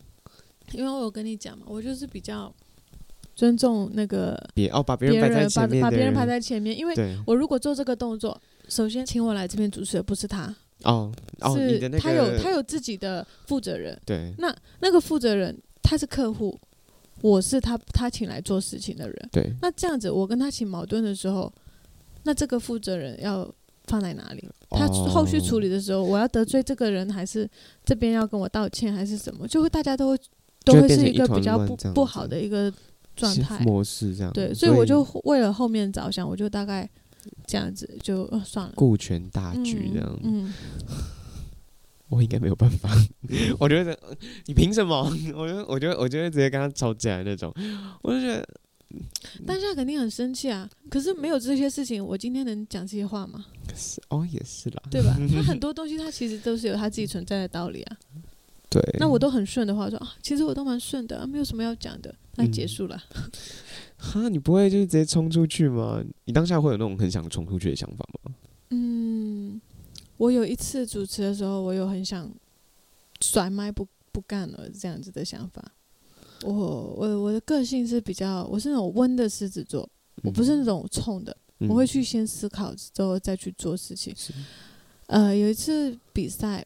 Speaker 2: 因为我有跟你讲嘛，我就是比较尊重那个
Speaker 1: 别哦把别
Speaker 2: 别
Speaker 1: 人摆在
Speaker 2: 人，
Speaker 1: 前
Speaker 2: 把
Speaker 1: 面
Speaker 2: 把
Speaker 1: 的
Speaker 2: 别人排在前面，因为
Speaker 1: 对
Speaker 2: 我如果做这个动作，首先请我来这边主持的不是他，
Speaker 1: 哦哦你
Speaker 2: 是
Speaker 1: 的那个
Speaker 2: 他有他有自己的负责人，
Speaker 1: 对
Speaker 2: 那那个负责人他是客户，我是他他请来做事情的人。
Speaker 1: 对
Speaker 2: 那这样子，我跟他起矛盾的时候，那这个负责人要放在哪里？他
Speaker 1: 哦
Speaker 2: 后续处理的时候，我要得罪这个人，还是这边要跟我道歉，还是什么？就会大家都会都
Speaker 1: 就
Speaker 2: 会
Speaker 1: 变成
Speaker 2: 是个
Speaker 1: 一团
Speaker 2: 比较
Speaker 1: 乱
Speaker 2: 不
Speaker 1: 这样
Speaker 2: 不
Speaker 1: 子
Speaker 2: 好的一个状
Speaker 1: 哦是
Speaker 2: 态。
Speaker 1: 模式这样
Speaker 2: 对，所
Speaker 1: 所
Speaker 2: 以我就为了后面着想，我就大概这样子就、呃算了。
Speaker 1: 顾全大局
Speaker 2: 嗯
Speaker 1: 这样，
Speaker 2: 嗯，
Speaker 1: 我应该没有办法，我觉得你凭什么？ 我就我觉得我就会直接跟他吵起来那种，我就觉得
Speaker 2: 当下肯定很生气啊。可是没有这些事情，我今天能讲这些话吗？
Speaker 1: 是哦也是啦，
Speaker 2: 对吧？他很多东西，他其实都是有他自己存在的道理啊。
Speaker 1: 对，
Speaker 2: 那我都很顺的话说啊，其实我都蛮顺的、啊，没有什么要讲的，那
Speaker 1: 嗯
Speaker 2: 结束了。
Speaker 1: 哈，你不会就是直接冲出去吗？你当下会有那种很想冲出去的想法吗？
Speaker 2: 嗯，我有一次主持的时候，我有很想甩麦不不干了这样子的想法。我我我的个性是比较，我是那种温的狮子座，我不是那种冲的，
Speaker 1: 嗯，
Speaker 2: 我会去先思考之后再去做事情。
Speaker 1: 是
Speaker 2: 呃，有一次比赛，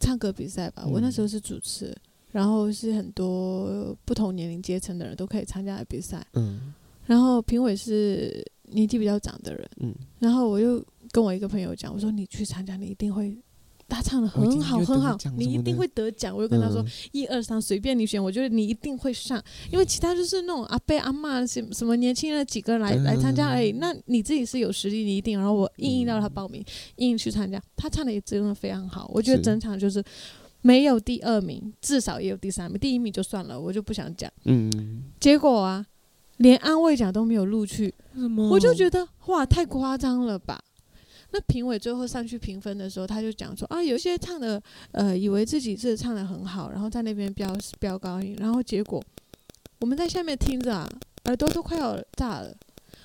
Speaker 2: 唱歌比赛吧，我那
Speaker 1: 嗯
Speaker 2: 时候是主持，然后是很多不同年龄阶层的人都可以参加的比赛，
Speaker 1: 嗯
Speaker 2: 然后评委是年纪比较长的人，
Speaker 1: 嗯，
Speaker 2: 然后我又跟我一个朋友讲，我说你去参加，你一定会。他唱的
Speaker 1: 我一定
Speaker 2: 很好，
Speaker 1: 会得
Speaker 2: 很好
Speaker 1: 奖，
Speaker 2: 你
Speaker 1: 什么
Speaker 2: 一定
Speaker 1: 的
Speaker 2: 会得奖。我就跟他说
Speaker 1: 嗯，
Speaker 2: 一二三，随便你选，我觉得你一定会上。因为其他就是那种阿伯阿嬷什什么年轻人几个
Speaker 1: 嗯
Speaker 2: 来来参加而已。那你自己是有实力，你一定。然后我硬硬让他报名，硬硬去参加。他唱的也真的非常好，我觉得
Speaker 1: 是
Speaker 2: 整场就是没有第二名，至少也有第三名，第一名就算了，我就不想讲。
Speaker 1: 嗯，
Speaker 2: 结果啊，连安慰奖都没有录取，我就觉得哇，太夸张了吧。那评委最后上去评分的时候，他就讲说啊，有一些唱的呃，以为自己是唱的很好，然后在那边飙飙高音，然后结果我们在下面听着啊，耳朵都快要炸了。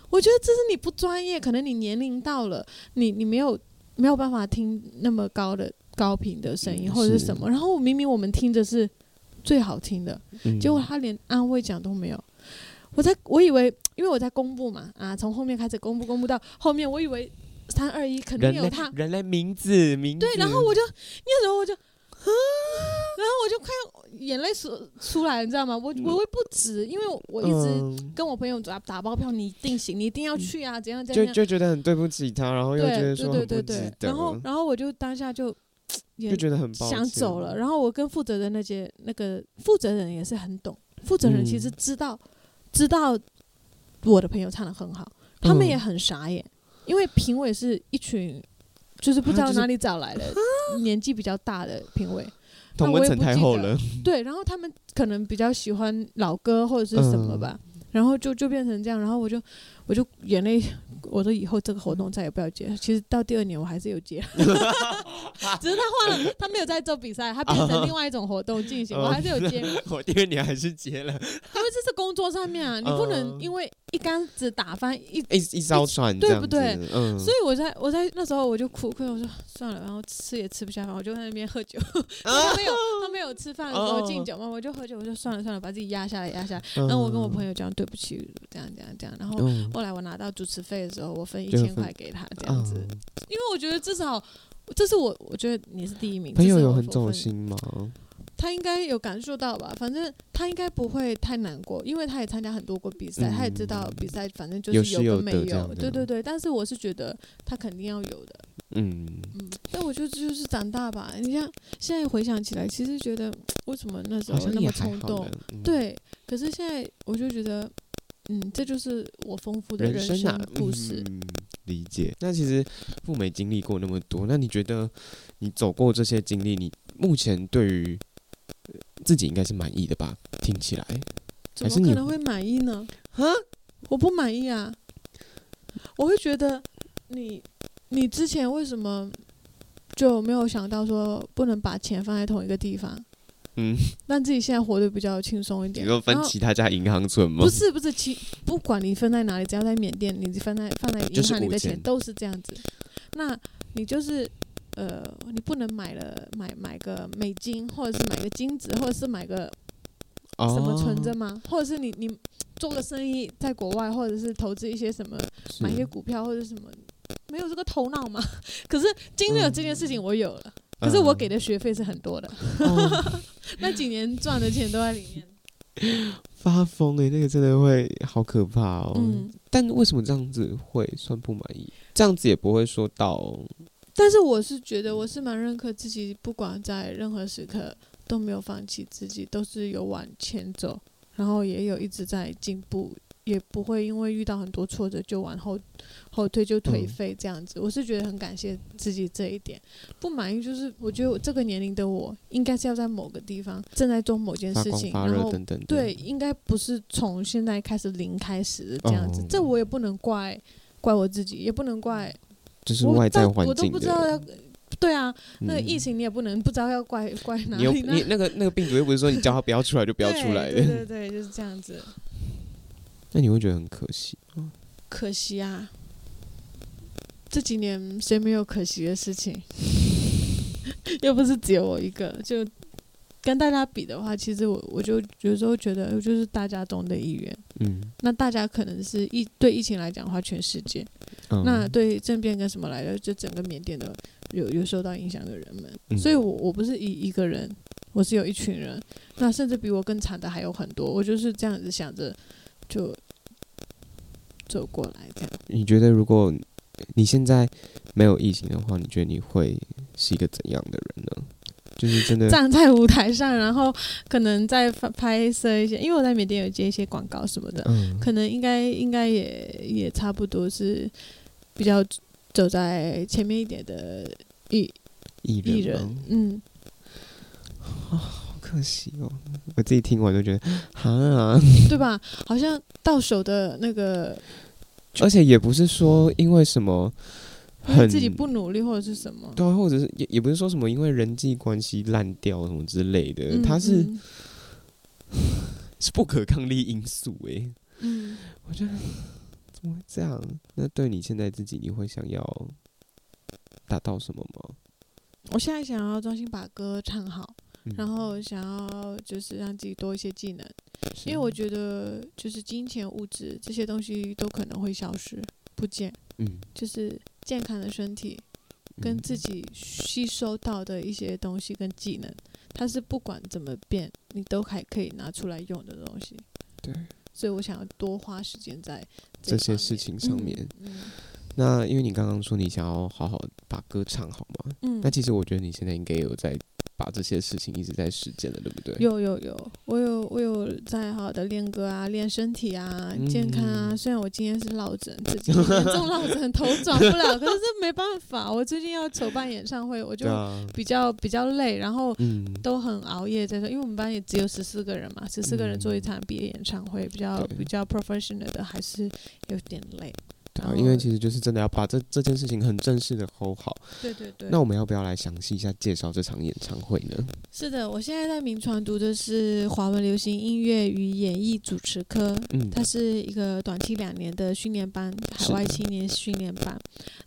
Speaker 2: 我觉得这是你不专业，可能你年龄到了，你你没有没有办法听那么高的高频的声音
Speaker 1: 嗯
Speaker 2: 或者是
Speaker 1: 是
Speaker 2: 什么。然后明明我们听着是最好听的，
Speaker 1: 嗯
Speaker 2: 结果他连安慰奖都没有。我在我以为，因为我在公布嘛，啊，从后面开始公布，公布到后面，我以为三二一肯定
Speaker 1: 人
Speaker 2: 有
Speaker 1: 类
Speaker 2: 他，
Speaker 1: 人类名字名字
Speaker 2: 对，然后我就那时候我就，啊，然后我就快要眼泪出出来，你知道吗？我我会不止，因为我一直
Speaker 1: 嗯
Speaker 2: 跟我朋友打打包票，你一定行，你一定要去啊，怎样
Speaker 1: 就
Speaker 2: 怎样怎样，
Speaker 1: 就觉得很对不起他，然后又觉
Speaker 2: 对
Speaker 1: 得
Speaker 2: 对
Speaker 1: 说
Speaker 2: 对
Speaker 1: 很
Speaker 2: 对
Speaker 1: 不值
Speaker 2: 对
Speaker 1: 得，，
Speaker 2: 然后然后我就当下就也
Speaker 1: 就觉得很抱
Speaker 2: 想
Speaker 1: 歉
Speaker 2: 走了，然后我跟负责人那些那个负责人也是很懂，负责人
Speaker 1: 嗯
Speaker 2: 其实知道、知道我的朋友唱的很好，他们也
Speaker 1: 嗯
Speaker 2: 很傻眼，因为评委是一群就是不知
Speaker 1: 啊
Speaker 2: 道
Speaker 1: 就是啊
Speaker 2: 哪里找来的、年纪比较大的评委，
Speaker 1: 同温
Speaker 2: 那我也
Speaker 1: 层
Speaker 2: 不
Speaker 1: 太
Speaker 2: 记
Speaker 1: 厚
Speaker 2: 得
Speaker 1: 了，
Speaker 2: 对，然后他们可能比较喜欢老歌或者是什么吧，然后就就变成这样，然后我就我就眼泪，我说以后这个活动再也不要接。其实到第二年我还是有接， 只是他换了，他没有在做比赛，他变成另外一种活动进行，
Speaker 1: 哦
Speaker 2: 我还是有接，因为
Speaker 1: 我因为你还是接了
Speaker 2: 这是工作上面啊，你不能因为一竿子打翻一。
Speaker 1: 一一艘船这
Speaker 2: 对
Speaker 1: 样
Speaker 2: 不
Speaker 1: 子，
Speaker 2: 对
Speaker 1: 嗯，
Speaker 2: 所以我在我在那时候我就哭哭，我说算了，然后吃也吃不下饭，我就在那边喝酒。 他没有他没有吃饭的时候敬酒嘛，我就喝酒，我就算了算了，把自己压下来压下来。
Speaker 1: 以
Speaker 2: 然后嗯我跟我朋友讲对不起，这样这样这样。然后
Speaker 1: 友
Speaker 2: 后来我拿到主持费的时候，我分一
Speaker 1: 就
Speaker 2: 千
Speaker 1: 分
Speaker 2: 块给他，这样子，
Speaker 1: 嗯嗯
Speaker 2: 因为我觉得至少。这是我，我觉得你是第一名。
Speaker 1: 朋
Speaker 2: 至
Speaker 1: 友
Speaker 2: 少
Speaker 1: 有
Speaker 2: 我
Speaker 1: 很
Speaker 2: 分
Speaker 1: 走，心吗？
Speaker 2: 他应该有感受到吧？反正他应该不会太难过，因为他也参加很多过比赛，他也知道比赛反正就
Speaker 1: 嗯有
Speaker 2: 是
Speaker 1: 失有
Speaker 2: 跟没
Speaker 1: 得
Speaker 2: 有。
Speaker 1: 这样
Speaker 2: 对
Speaker 1: 的
Speaker 2: 对对，但是我是觉得他肯定要有的。
Speaker 1: 嗯，
Speaker 2: 嗯，但我觉得这就是长大吧。你像现在回想起来，其实觉得为什么那时
Speaker 1: 好
Speaker 2: 候
Speaker 1: 像
Speaker 2: 那
Speaker 1: 也
Speaker 2: 么
Speaker 1: 还
Speaker 2: 冲
Speaker 1: 好
Speaker 2: 动
Speaker 1: 呢，，嗯，
Speaker 2: 对，可是现在我就觉得，嗯，这就是我丰富的
Speaker 1: 人
Speaker 2: 人
Speaker 1: 生啊
Speaker 2: 生，故事。
Speaker 1: 嗯，理解。那其实富美经历过那么多，那你觉得你走过这些经历，你目前对于呃自己应该是满意的吧？听起来，
Speaker 2: 怎
Speaker 1: 还是
Speaker 2: 么
Speaker 1: 你
Speaker 2: 可能会满意呢？
Speaker 1: 啊，
Speaker 2: 我不满意啊！我会觉得你，你之前为什么就没有想到说不能把钱放在同一个地方？
Speaker 1: 嗯，
Speaker 2: 让自己现在活得比较轻松一
Speaker 1: 你
Speaker 2: 点。
Speaker 1: 说分
Speaker 2: 然后
Speaker 1: 其他家银行存吗
Speaker 2: 不？是不是，其不管你分在哪里，只要在缅甸，你放在放在
Speaker 1: 就
Speaker 2: 银
Speaker 1: 是
Speaker 2: 行里
Speaker 1: 物
Speaker 2: 的钱
Speaker 1: 件
Speaker 2: 都是这样子。那你就是呃，你不能买了买买个美金，或者是买个金子，或者是买个
Speaker 1: 哦
Speaker 2: 什么存着吗？或者是你你做个生意在国外，或者是投资一些什么，
Speaker 1: 是
Speaker 2: 买一些股票或者什么，没有这个头脑吗？ 可是经历了这件事情，我有了。可是我给的学费是很多的，
Speaker 1: 嗯哦
Speaker 2: 那几年赚的钱都在里面。
Speaker 1: 发疯哎、那个真的会好可怕哦。
Speaker 2: 嗯，
Speaker 1: 但为什么这样子会算不满意？这样子也不会说到
Speaker 2: 但是我是觉得我是蛮认可自己，不管在任何时刻都没有放弃自己，都是有往前走，然后也有一直在进步，也不会因为遇到很多挫折就往后后退就
Speaker 1: 嗯
Speaker 2: 颓废这样子。我是觉得很感谢自己这一点。不满意就是我觉得我这个年龄的我，应该是要在某个地方正在做某件
Speaker 1: 发
Speaker 2: 事
Speaker 1: 光
Speaker 2: 情，
Speaker 1: 发
Speaker 2: 然
Speaker 1: 热
Speaker 2: 后
Speaker 1: 等等的
Speaker 2: 对，，应该不是从现在开始零开始这样子，
Speaker 1: 哦
Speaker 2: 这我也不能怪怪我自己，也不能怪
Speaker 1: 就是
Speaker 2: 我
Speaker 1: 外在
Speaker 2: 到
Speaker 1: 环
Speaker 2: 我都
Speaker 1: 境
Speaker 2: 不知
Speaker 1: 的。
Speaker 2: 道要。对啊，那个
Speaker 1: 嗯
Speaker 2: 疫情你也不能不知道要怪怪哪
Speaker 1: 你又
Speaker 2: 里呢？
Speaker 1: 你那个那个病毒又不是说你叫他不要出来就不
Speaker 2: 不
Speaker 1: 要出来
Speaker 2: 对
Speaker 1: 的，
Speaker 2: 对对，就是这样子，
Speaker 1: 那你会觉得很可惜。
Speaker 2: 可惜啊。这几年谁没有可惜的事情？ 又不是只有我一个。就跟大家比的话，其实我我就有时候觉得，我就是大家中的一员。
Speaker 1: 嗯，
Speaker 2: 那大家可能是疫对疫情来讲的话，全世界。
Speaker 1: 嗯
Speaker 2: 那对政变跟什么来的，就整个缅甸的有有受到影响的人们，
Speaker 1: 嗯
Speaker 2: 所以我我不是一一个人，我是有一群人，那甚至比我更惨的还有很多，我就是这样子想着就走过来这样。
Speaker 1: 你觉得如果你现在没有疫情的话，你觉得你会是一个怎样的人呢？就是真的，
Speaker 2: 站在舞台上，然后可能在发拍摄一些，因为我在缅甸有接一些广告什么的，
Speaker 1: 嗯，
Speaker 2: 可能应该应该也也差不多是比较走在前面一点的艺
Speaker 1: 艺
Speaker 2: 艺
Speaker 1: 人
Speaker 2: 人
Speaker 1: 吗，
Speaker 2: 嗯，
Speaker 1: 好可惜哦。我自己听完就觉得，哈，
Speaker 2: 对吧？好像到手的那个
Speaker 1: 而且也不是说因为什么
Speaker 2: 因为
Speaker 1: 很
Speaker 2: 自己不努力或者是什么，
Speaker 1: 对啊，或者是也也不是说什么因为人际关系烂掉什么之类的，
Speaker 2: 嗯
Speaker 1: 它是、
Speaker 2: 嗯
Speaker 1: 是不可抗力因素诶、
Speaker 2: 嗯
Speaker 1: 我觉得怎么会这样？那对你现在自己，你会想要达到什么吗？
Speaker 2: 我现在想要专心把歌唱好，
Speaker 1: 嗯
Speaker 2: 然后想要就是让自己多一些技能，因为我觉得就是金钱、物质这些东西都可能会消失不见，
Speaker 1: 嗯，
Speaker 2: 就是健康的身体跟
Speaker 1: 嗯
Speaker 2: 自己吸收到的一些东西跟技能，它是不管怎么变，你都还可以拿出来用的东西。
Speaker 1: 对，
Speaker 2: 所以我想要多花时间在
Speaker 1: 这些
Speaker 2: 方
Speaker 1: 事
Speaker 2: 面
Speaker 1: 情上
Speaker 2: 嗯
Speaker 1: 面
Speaker 2: 嗯
Speaker 1: 那因为你刚刚说你想要好好把歌唱好嘛，
Speaker 2: 嗯，
Speaker 1: 那其实我觉得你现在应该有在把这些事情一直在实践的，对不对？
Speaker 2: 有有有，我有我有在好好的练歌啊，练身体啊，健康啊。
Speaker 1: 嗯
Speaker 2: 虽然我今天是落枕，自己严重落 枕，头转不了，可是这没办法。我最近要筹办演唱会，我就
Speaker 1: 对啊，
Speaker 2: 比较比较累，然后
Speaker 1: 嗯，
Speaker 2: 都很熬夜在做，因为我们班也只有十四个人嘛，十四个人做一
Speaker 1: 嗯
Speaker 2: 场毕业演唱会，比较
Speaker 1: 对
Speaker 2: 比较 professional 的还是有点累。
Speaker 1: 对啊，
Speaker 2: 然
Speaker 1: 因为
Speaker 2: 后
Speaker 1: 其实就是真的要把这这件事情很正式的 hold 好。
Speaker 2: 对对对。
Speaker 1: 那我们要不要来详细一下介绍这场演唱会呢？
Speaker 2: 是的，我现在在民传读的是华文流行音乐与演艺主持科，
Speaker 1: 嗯，
Speaker 2: 它是一个短期两年的训练班，海
Speaker 1: 是
Speaker 2: 外
Speaker 1: 的
Speaker 2: 青年训练班。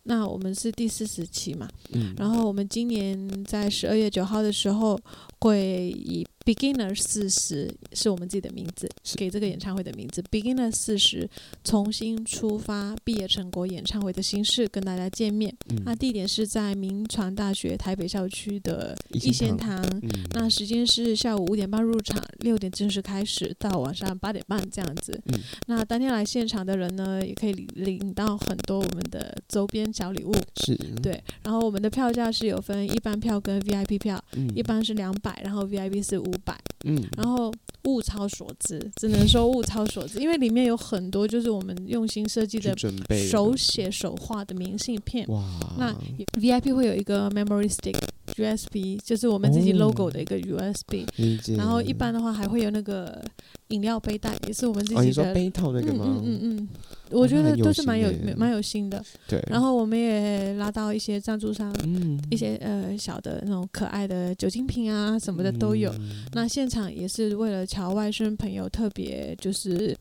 Speaker 2: 那我们是第四十期嘛，
Speaker 1: 嗯，
Speaker 2: 然后我们今年在十二月九号的时候会以 Beginner 四十是我们自己的名字
Speaker 1: 是，
Speaker 2: 给这个演唱会的名字 Beginner 四十重新出发毕业成果演唱会的形式跟大家见面。
Speaker 1: 嗯
Speaker 2: 那地点是在民传大学台北校区的
Speaker 1: 一
Speaker 2: 逸
Speaker 1: 仙
Speaker 2: 仙堂。
Speaker 1: 嗯，
Speaker 2: 那时间是下午五点半入场，六点正式开始，到晚上八点半这样子。
Speaker 1: 嗯
Speaker 2: 那当天来现场的人呢，也可以领领到很多我们的周边小礼物。
Speaker 1: 是，
Speaker 2: 对，然后我们的票价是有分一般票跟 VIP 票，
Speaker 1: 嗯，
Speaker 2: 一般是两百，然后 VIP 是五百，
Speaker 1: 嗯，
Speaker 2: 然后物超所值，只能说物超所值，因为里面有很多就是我们用心设计
Speaker 1: 去
Speaker 2: 的
Speaker 1: 准备了
Speaker 2: 手写手画的明信片。
Speaker 1: 哇，
Speaker 2: 那也 VIP 会有一个 memory stick USB，就是我们自己
Speaker 1: 哦
Speaker 2: logo 的一个 USB，、
Speaker 1: 理解，
Speaker 2: 然后一般的话还会有那个饮料杯袋，也是我们自
Speaker 1: 哦，
Speaker 2: 己
Speaker 1: 你说
Speaker 2: 的。
Speaker 1: 杯套那个
Speaker 2: 嗯
Speaker 1: 吗？哦
Speaker 2: 嗯嗯嗯，我觉
Speaker 1: 那
Speaker 2: 得
Speaker 1: 很有
Speaker 2: 都是
Speaker 1: 心
Speaker 2: 蛮有
Speaker 1: 耶
Speaker 2: 蛮有心的。
Speaker 1: 对，
Speaker 2: 然后我们也拉到一些赞助商，
Speaker 1: 嗯，
Speaker 2: 一些呃小的那种可爱的酒精瓶啊什么的都有。
Speaker 1: 嗯
Speaker 2: 那现场也是为了侨外生朋友特别就是。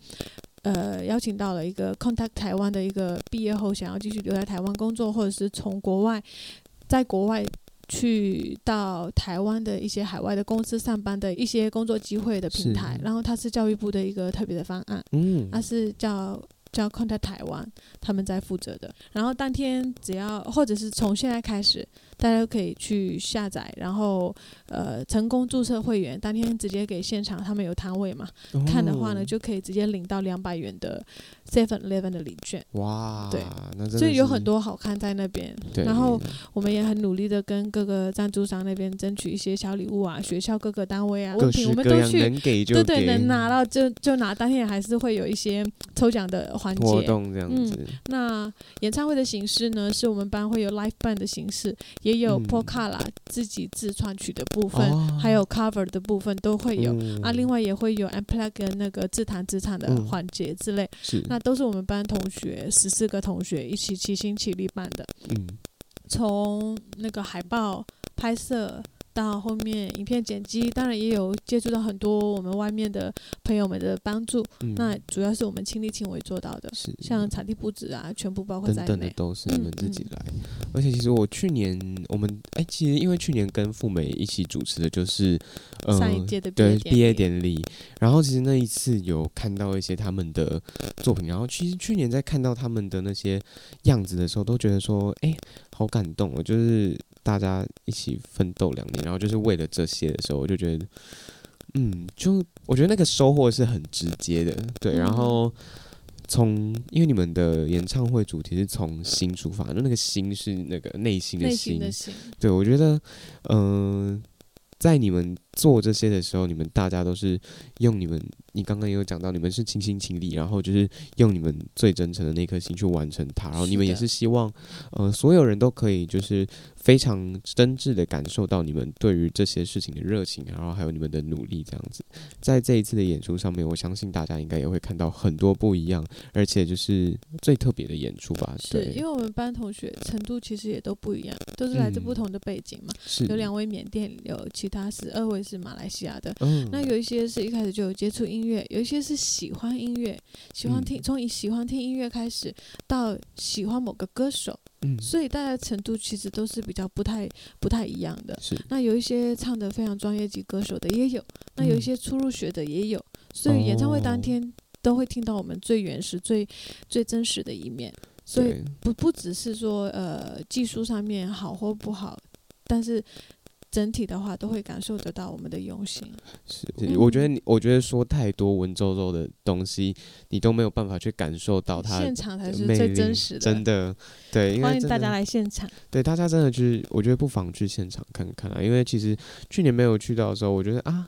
Speaker 2: 呃，邀请到了一个 contact 台湾的一个毕业后想要继续留在台湾工作，或者是从国外，在国外去到台湾的一些海外的公司上班的一些工作机会的平台
Speaker 1: 是。
Speaker 2: 然后它是教育部的一个特别的方案，
Speaker 1: 嗯，
Speaker 2: 它是叫叫 Contact 台湾，他们在负责的。然后当天只要或者是从现在开始，大家都可以去下载，然后呃成功注册会员，当天直接给现场，他们有摊位嘛，看的话呢
Speaker 1: 哦
Speaker 2: 就可以直接领到两百元的 Seven Eleven 的礼券，
Speaker 1: 哦哇，
Speaker 2: 对，
Speaker 1: 那真
Speaker 2: 所
Speaker 1: 的
Speaker 2: 以有
Speaker 1: 是
Speaker 2: 很，多好看在那边。
Speaker 1: 对，
Speaker 2: 然后我们也很努力的跟各个赞助商那边争取一些小礼物啊，学校各个单位啊，物
Speaker 1: 各
Speaker 2: 品
Speaker 1: 式
Speaker 2: 我们
Speaker 1: 各
Speaker 2: 都
Speaker 1: 样
Speaker 2: 去。
Speaker 1: 能给就
Speaker 2: 对
Speaker 1: 给，
Speaker 2: 对，能拿到就就拿，当天也还是会有一些抽奖的环节。
Speaker 1: 活动这样
Speaker 2: 嗯
Speaker 1: 子，
Speaker 2: 那演唱会的形式呢，是我们班会有 live band 的形式，也有
Speaker 1: 嗯
Speaker 2: p o c a l a 自己自创曲的部分，
Speaker 1: 哦
Speaker 2: 还有 cover 的部分都会有。
Speaker 1: 嗯
Speaker 2: 啊，另外也会有 unplug 跟那个自弹自唱的
Speaker 1: 嗯
Speaker 2: 环节之类，
Speaker 1: 是
Speaker 2: 那都是我们班同学十四个同学一起齐心齐力办的。
Speaker 1: 嗯
Speaker 2: 从那个海报拍摄到后面影片剪辑，当然也有接触到很多我们外面的朋友们的帮助。
Speaker 1: 嗯，
Speaker 2: 那主要是我们亲力亲为做到的，
Speaker 1: 是
Speaker 2: 像场地布置啊，全部包括
Speaker 1: 等
Speaker 2: 在
Speaker 1: 等的
Speaker 2: 内。
Speaker 1: 都是你
Speaker 2: 嗯
Speaker 1: 们自己
Speaker 2: 嗯
Speaker 1: 来。而且其实我去年我们哎、其实因为去年跟富美一起主持的就是呃
Speaker 2: 上一届的毕业
Speaker 1: 对
Speaker 2: 典
Speaker 1: 毕业
Speaker 2: 礼
Speaker 1: 典礼，然后其实那一次有看到一些他们的作品，然后其实去年在看到他们的那些样子的时候，都觉得说哎、好感动哦，就是大家一起奋斗两年，然后就是为了这些的时候，我就觉得。嗯，就我觉得那个收获是很直接的，对。然
Speaker 2: 嗯
Speaker 1: 后从因为你们的演唱会主题是从心出发，就那个心是那个内心的
Speaker 2: 内
Speaker 1: 心，
Speaker 2: 心的心，
Speaker 1: 对我觉得，嗯、在你们做这些的时候，你们大家都是用你们，你刚刚也有讲到，你们是尽心尽力，然后就是用你们最真诚的那颗心去完成它，然后
Speaker 2: 是
Speaker 1: 你们也
Speaker 2: 的
Speaker 1: 是希望，呃，所有人都可以就是非常真挚的感受到你们对于这些事情的热情，然后还有你们的努力这样子。在这一次的演出上面，我相信大家应该也会看到很多不一样，而且就是最特别的演出吧。
Speaker 2: 是因
Speaker 1: 对，
Speaker 2: 为我们班同学程度其实也都不一样，都是来自不
Speaker 1: 嗯
Speaker 2: 同的背景嘛。
Speaker 1: 是
Speaker 2: 有两位缅甸，有其他十二位是马来西亚的。
Speaker 1: 嗯，
Speaker 2: 那有一些是一开始就有接触音乐，有一些是喜欢音乐，喜欢听
Speaker 1: 嗯
Speaker 2: 从喜欢听音乐开始到喜欢某个歌手，
Speaker 1: 嗯
Speaker 2: 所以大家程度其实都是比较不太不太一样的。
Speaker 1: 是
Speaker 2: 那有一些唱的非常专业级歌手的也有，那有一
Speaker 1: 嗯
Speaker 2: 些初入学的也有，所以演唱会
Speaker 1: 哦
Speaker 2: 当天都会听到我们最原始、最最真实的一面。所以
Speaker 1: 对
Speaker 2: 不不只是说呃技术上面好或不好，但是整体的话都会感受得到我们的用心。
Speaker 1: 是，是我觉得
Speaker 2: 嗯
Speaker 1: 你，我觉得说太多文绉绉的东西，你都没有办法去感受到它
Speaker 2: 现
Speaker 1: 的
Speaker 2: 场才是
Speaker 1: 魅
Speaker 2: 最
Speaker 1: 力
Speaker 2: 真实的，
Speaker 1: 真的，对，因为
Speaker 2: 欢迎
Speaker 1: 真
Speaker 2: 大家
Speaker 1: 的，
Speaker 2: 来现场。
Speaker 1: 对大家真的去，我觉得不妨去现场看看啊，因为其实去年没有去到的时候，我觉得啊，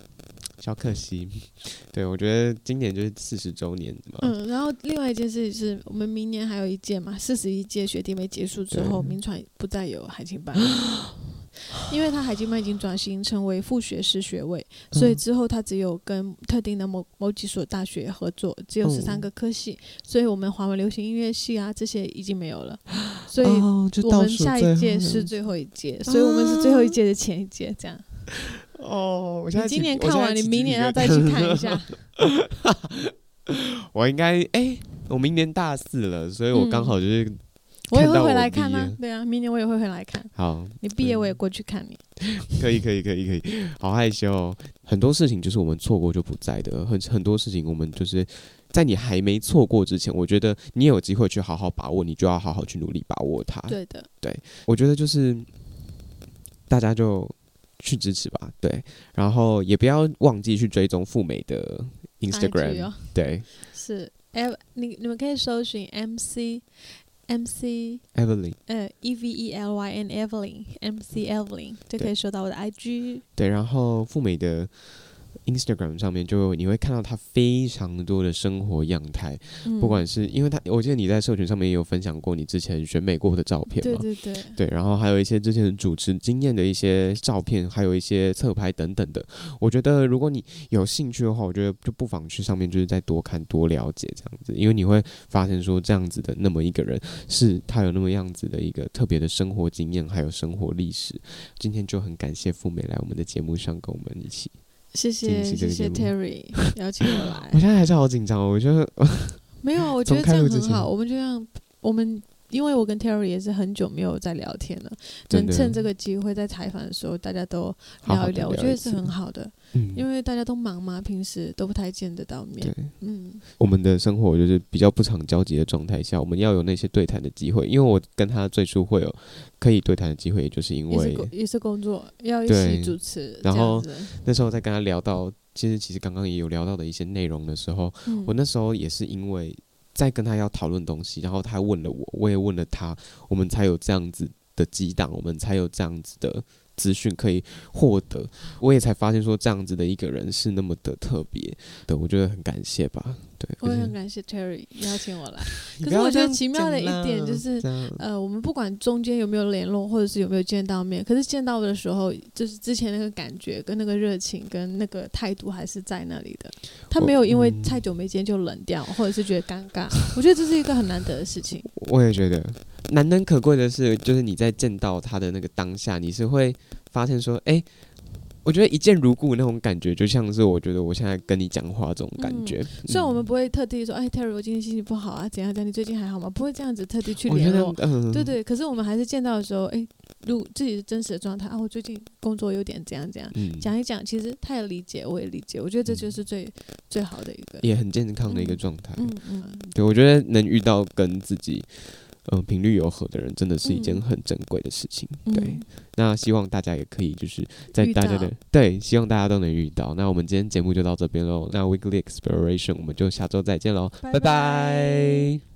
Speaker 1: 小可惜。 对，我觉得今年就是四十周年嘛，
Speaker 2: 嗯，然后另外一件事是我们明年还有一届嘛，四十一届学弟妹结束之后，
Speaker 1: 对嗯
Speaker 2: 民传不再有海青 班了，因为他海青班已经转型成为副学士学位，所以
Speaker 1: 嗯
Speaker 2: 之后他只有跟特定的某某几所大学合作，只有
Speaker 1: 哦
Speaker 2: 十三个科系，所以我们华文流行音乐系啊这些已经没 有了，所以
Speaker 1: 哦，就
Speaker 2: 我
Speaker 1: 倒
Speaker 2: 们
Speaker 1: 数
Speaker 2: 下
Speaker 1: 最
Speaker 2: 一届
Speaker 1: 后
Speaker 2: 是
Speaker 1: 了
Speaker 2: 最后一届，所以我们是最后一届的前一届这样。
Speaker 1: 哦，我现在
Speaker 2: 你今
Speaker 1: 起
Speaker 2: 年
Speaker 1: 我
Speaker 2: 看
Speaker 1: 现在
Speaker 2: 完，你
Speaker 1: 起鸡
Speaker 2: 明
Speaker 1: 皮
Speaker 2: 年要
Speaker 1: 疙
Speaker 2: 再
Speaker 1: 瘩
Speaker 2: 去看 一下。
Speaker 1: 我应该哎、我明年大四了，所以我刚
Speaker 2: 嗯
Speaker 1: 好就是
Speaker 2: 我也
Speaker 1: 看
Speaker 2: 会
Speaker 1: 到
Speaker 2: 回
Speaker 1: 我
Speaker 2: 来
Speaker 1: 毕
Speaker 2: 看啊
Speaker 1: 业，
Speaker 2: 对啊，明年我也会回来看。
Speaker 1: 好，
Speaker 2: 你毕业
Speaker 1: 嗯
Speaker 2: 我也过去看你。
Speaker 1: 可以，可以，可以，可以，好害羞、哦。很多事情就是我们错过就不在的，很很多事情我们就是在你还没错过之前，我觉得你有机会去好好把握，你就要好好去努力把握它。
Speaker 2: 对的，
Speaker 1: 我觉得就是大家就去支持吧，对，然后也不要忘记去追踪富美的
Speaker 2: IG
Speaker 1: Instagram，、
Speaker 2: 哦
Speaker 1: 对
Speaker 2: 是 Ev，你你们可以搜寻 MC MC
Speaker 1: ，Evelyn，
Speaker 2: 呃 E V E L Y N Evelyn MC Evelyn 就可以收到我的 IG。
Speaker 1: 对，然后富美的 Instagram 上面就你会看到他非常多的生活样态，
Speaker 2: 嗯
Speaker 1: 不管是因为他，我记得你在社群上面也有分享过你之前选美过的照片
Speaker 2: 对
Speaker 1: 嘛，
Speaker 2: 对对，
Speaker 1: 对，然后还有一些之前的主持经验的一些照片，还有一些侧拍等等的。我觉得如果你有兴趣的话，我觉得就不妨去上面就是再多看多了解这样子，因为你会发现说这样子的那么一个人，是他有那么样子的一个特别的生活经验，还有生活历史。今天就很感谢富美来我们的节目上跟我们一起，
Speaker 2: 谢谢
Speaker 1: 进行
Speaker 2: 谢
Speaker 1: 这个
Speaker 2: 谢
Speaker 1: 节目
Speaker 2: Terry 邀请我来
Speaker 1: 我，现在还是好紧张哦，我觉得
Speaker 2: 没有，啊我觉
Speaker 1: 从
Speaker 2: 得
Speaker 1: 开
Speaker 2: 这样
Speaker 1: 录之
Speaker 2: 很好，
Speaker 1: 前
Speaker 2: 我们就让我们。因为我跟 Terry 也是很久没有在聊天了，
Speaker 1: 真
Speaker 2: 能
Speaker 1: 的
Speaker 2: 趁这个机会在采访的时候大家都
Speaker 1: 好好
Speaker 2: 聊
Speaker 1: 地
Speaker 2: 一
Speaker 1: 聊
Speaker 2: 聊，我觉
Speaker 1: 一
Speaker 2: 得
Speaker 1: 次
Speaker 2: 是很好的，
Speaker 1: 嗯，
Speaker 2: 因为大家都忙嘛，平时都不太见得到
Speaker 1: 对
Speaker 2: 面。。嗯，
Speaker 1: 我们的生活就是比较不常交集的状态下，我们要有那些对谈的机会。因为我跟他最初会有可以对谈的机会，也就是因
Speaker 2: 也是
Speaker 1: 为
Speaker 2: 工也是工作，要一
Speaker 1: 对
Speaker 2: 起主持，
Speaker 1: 然
Speaker 2: 这样
Speaker 1: 后
Speaker 2: 子
Speaker 1: 那时候在跟他聊到，其实其实刚刚也有聊到的一些内容的时候，
Speaker 2: 嗯
Speaker 1: 我那时候也是因为在跟他要讨论东西，然后他问了我，我也问了他，我们才有这样子的激荡，我们才有这样子的资讯可以获得。我也才发现说，这样子的一个人是那么的特别的，我觉得很感谢吧。对，
Speaker 2: 我也
Speaker 1: 而且
Speaker 2: 很感谢 Terry 邀 请我来。
Speaker 1: 你不
Speaker 2: 可是
Speaker 1: 要
Speaker 2: 我
Speaker 1: 这
Speaker 2: 觉得
Speaker 1: 样
Speaker 2: 奇妙
Speaker 1: 讲
Speaker 2: 的一
Speaker 1: 啦
Speaker 2: 点就是
Speaker 1: 这样
Speaker 2: 呃，我们不管中间有没有联络，或者是有没有见到面，可是见到的时候，就是之前那个感觉、跟那个热情、跟那个态度还是在那里的。他
Speaker 1: 我
Speaker 2: 没有因为
Speaker 1: 嗯
Speaker 2: 太久没见就冷掉，或者是觉得尴尬。我觉得这是一个很难得的事 情。
Speaker 1: 我也觉得难能可贵的是，就是你在见到他的那个当下，你是会发现说，哎、我觉得一见如故那种感觉，就像是我觉得我现在跟你讲话这种感觉。
Speaker 2: 虽然我们
Speaker 1: 嗯
Speaker 2: 不会特地说，哎，Terry，我今天心情不好啊，怎样怎样，你最近还好吗？不会这样子特地去
Speaker 1: 我觉
Speaker 2: 联
Speaker 1: 得
Speaker 2: 络。
Speaker 1: 嗯，
Speaker 2: 哦对对，可是我们还是见到的时候，哎，如果自己的真实的状态啊，我最近工作有点怎样怎样，
Speaker 1: 嗯，
Speaker 2: 讲一讲，其实他也理解，我也理解，我觉得这就是最、最好的一个。
Speaker 1: 也很健康的一个状态。
Speaker 2: 嗯嗯，
Speaker 1: 对，我觉得能遇到跟自己。嗯，频率有合的人真的是一件
Speaker 2: 嗯
Speaker 1: 很珍贵的事情。
Speaker 2: 嗯
Speaker 1: 对，那希望大家也可以就是在
Speaker 2: 遇
Speaker 1: 大家
Speaker 2: 到
Speaker 1: 的对，希望大家都能遇到。那我们今天节目就到这边喽。那 Weekly Exploration 我们就下周再见喽，
Speaker 2: 拜
Speaker 1: 拜
Speaker 2: 拜
Speaker 1: 拜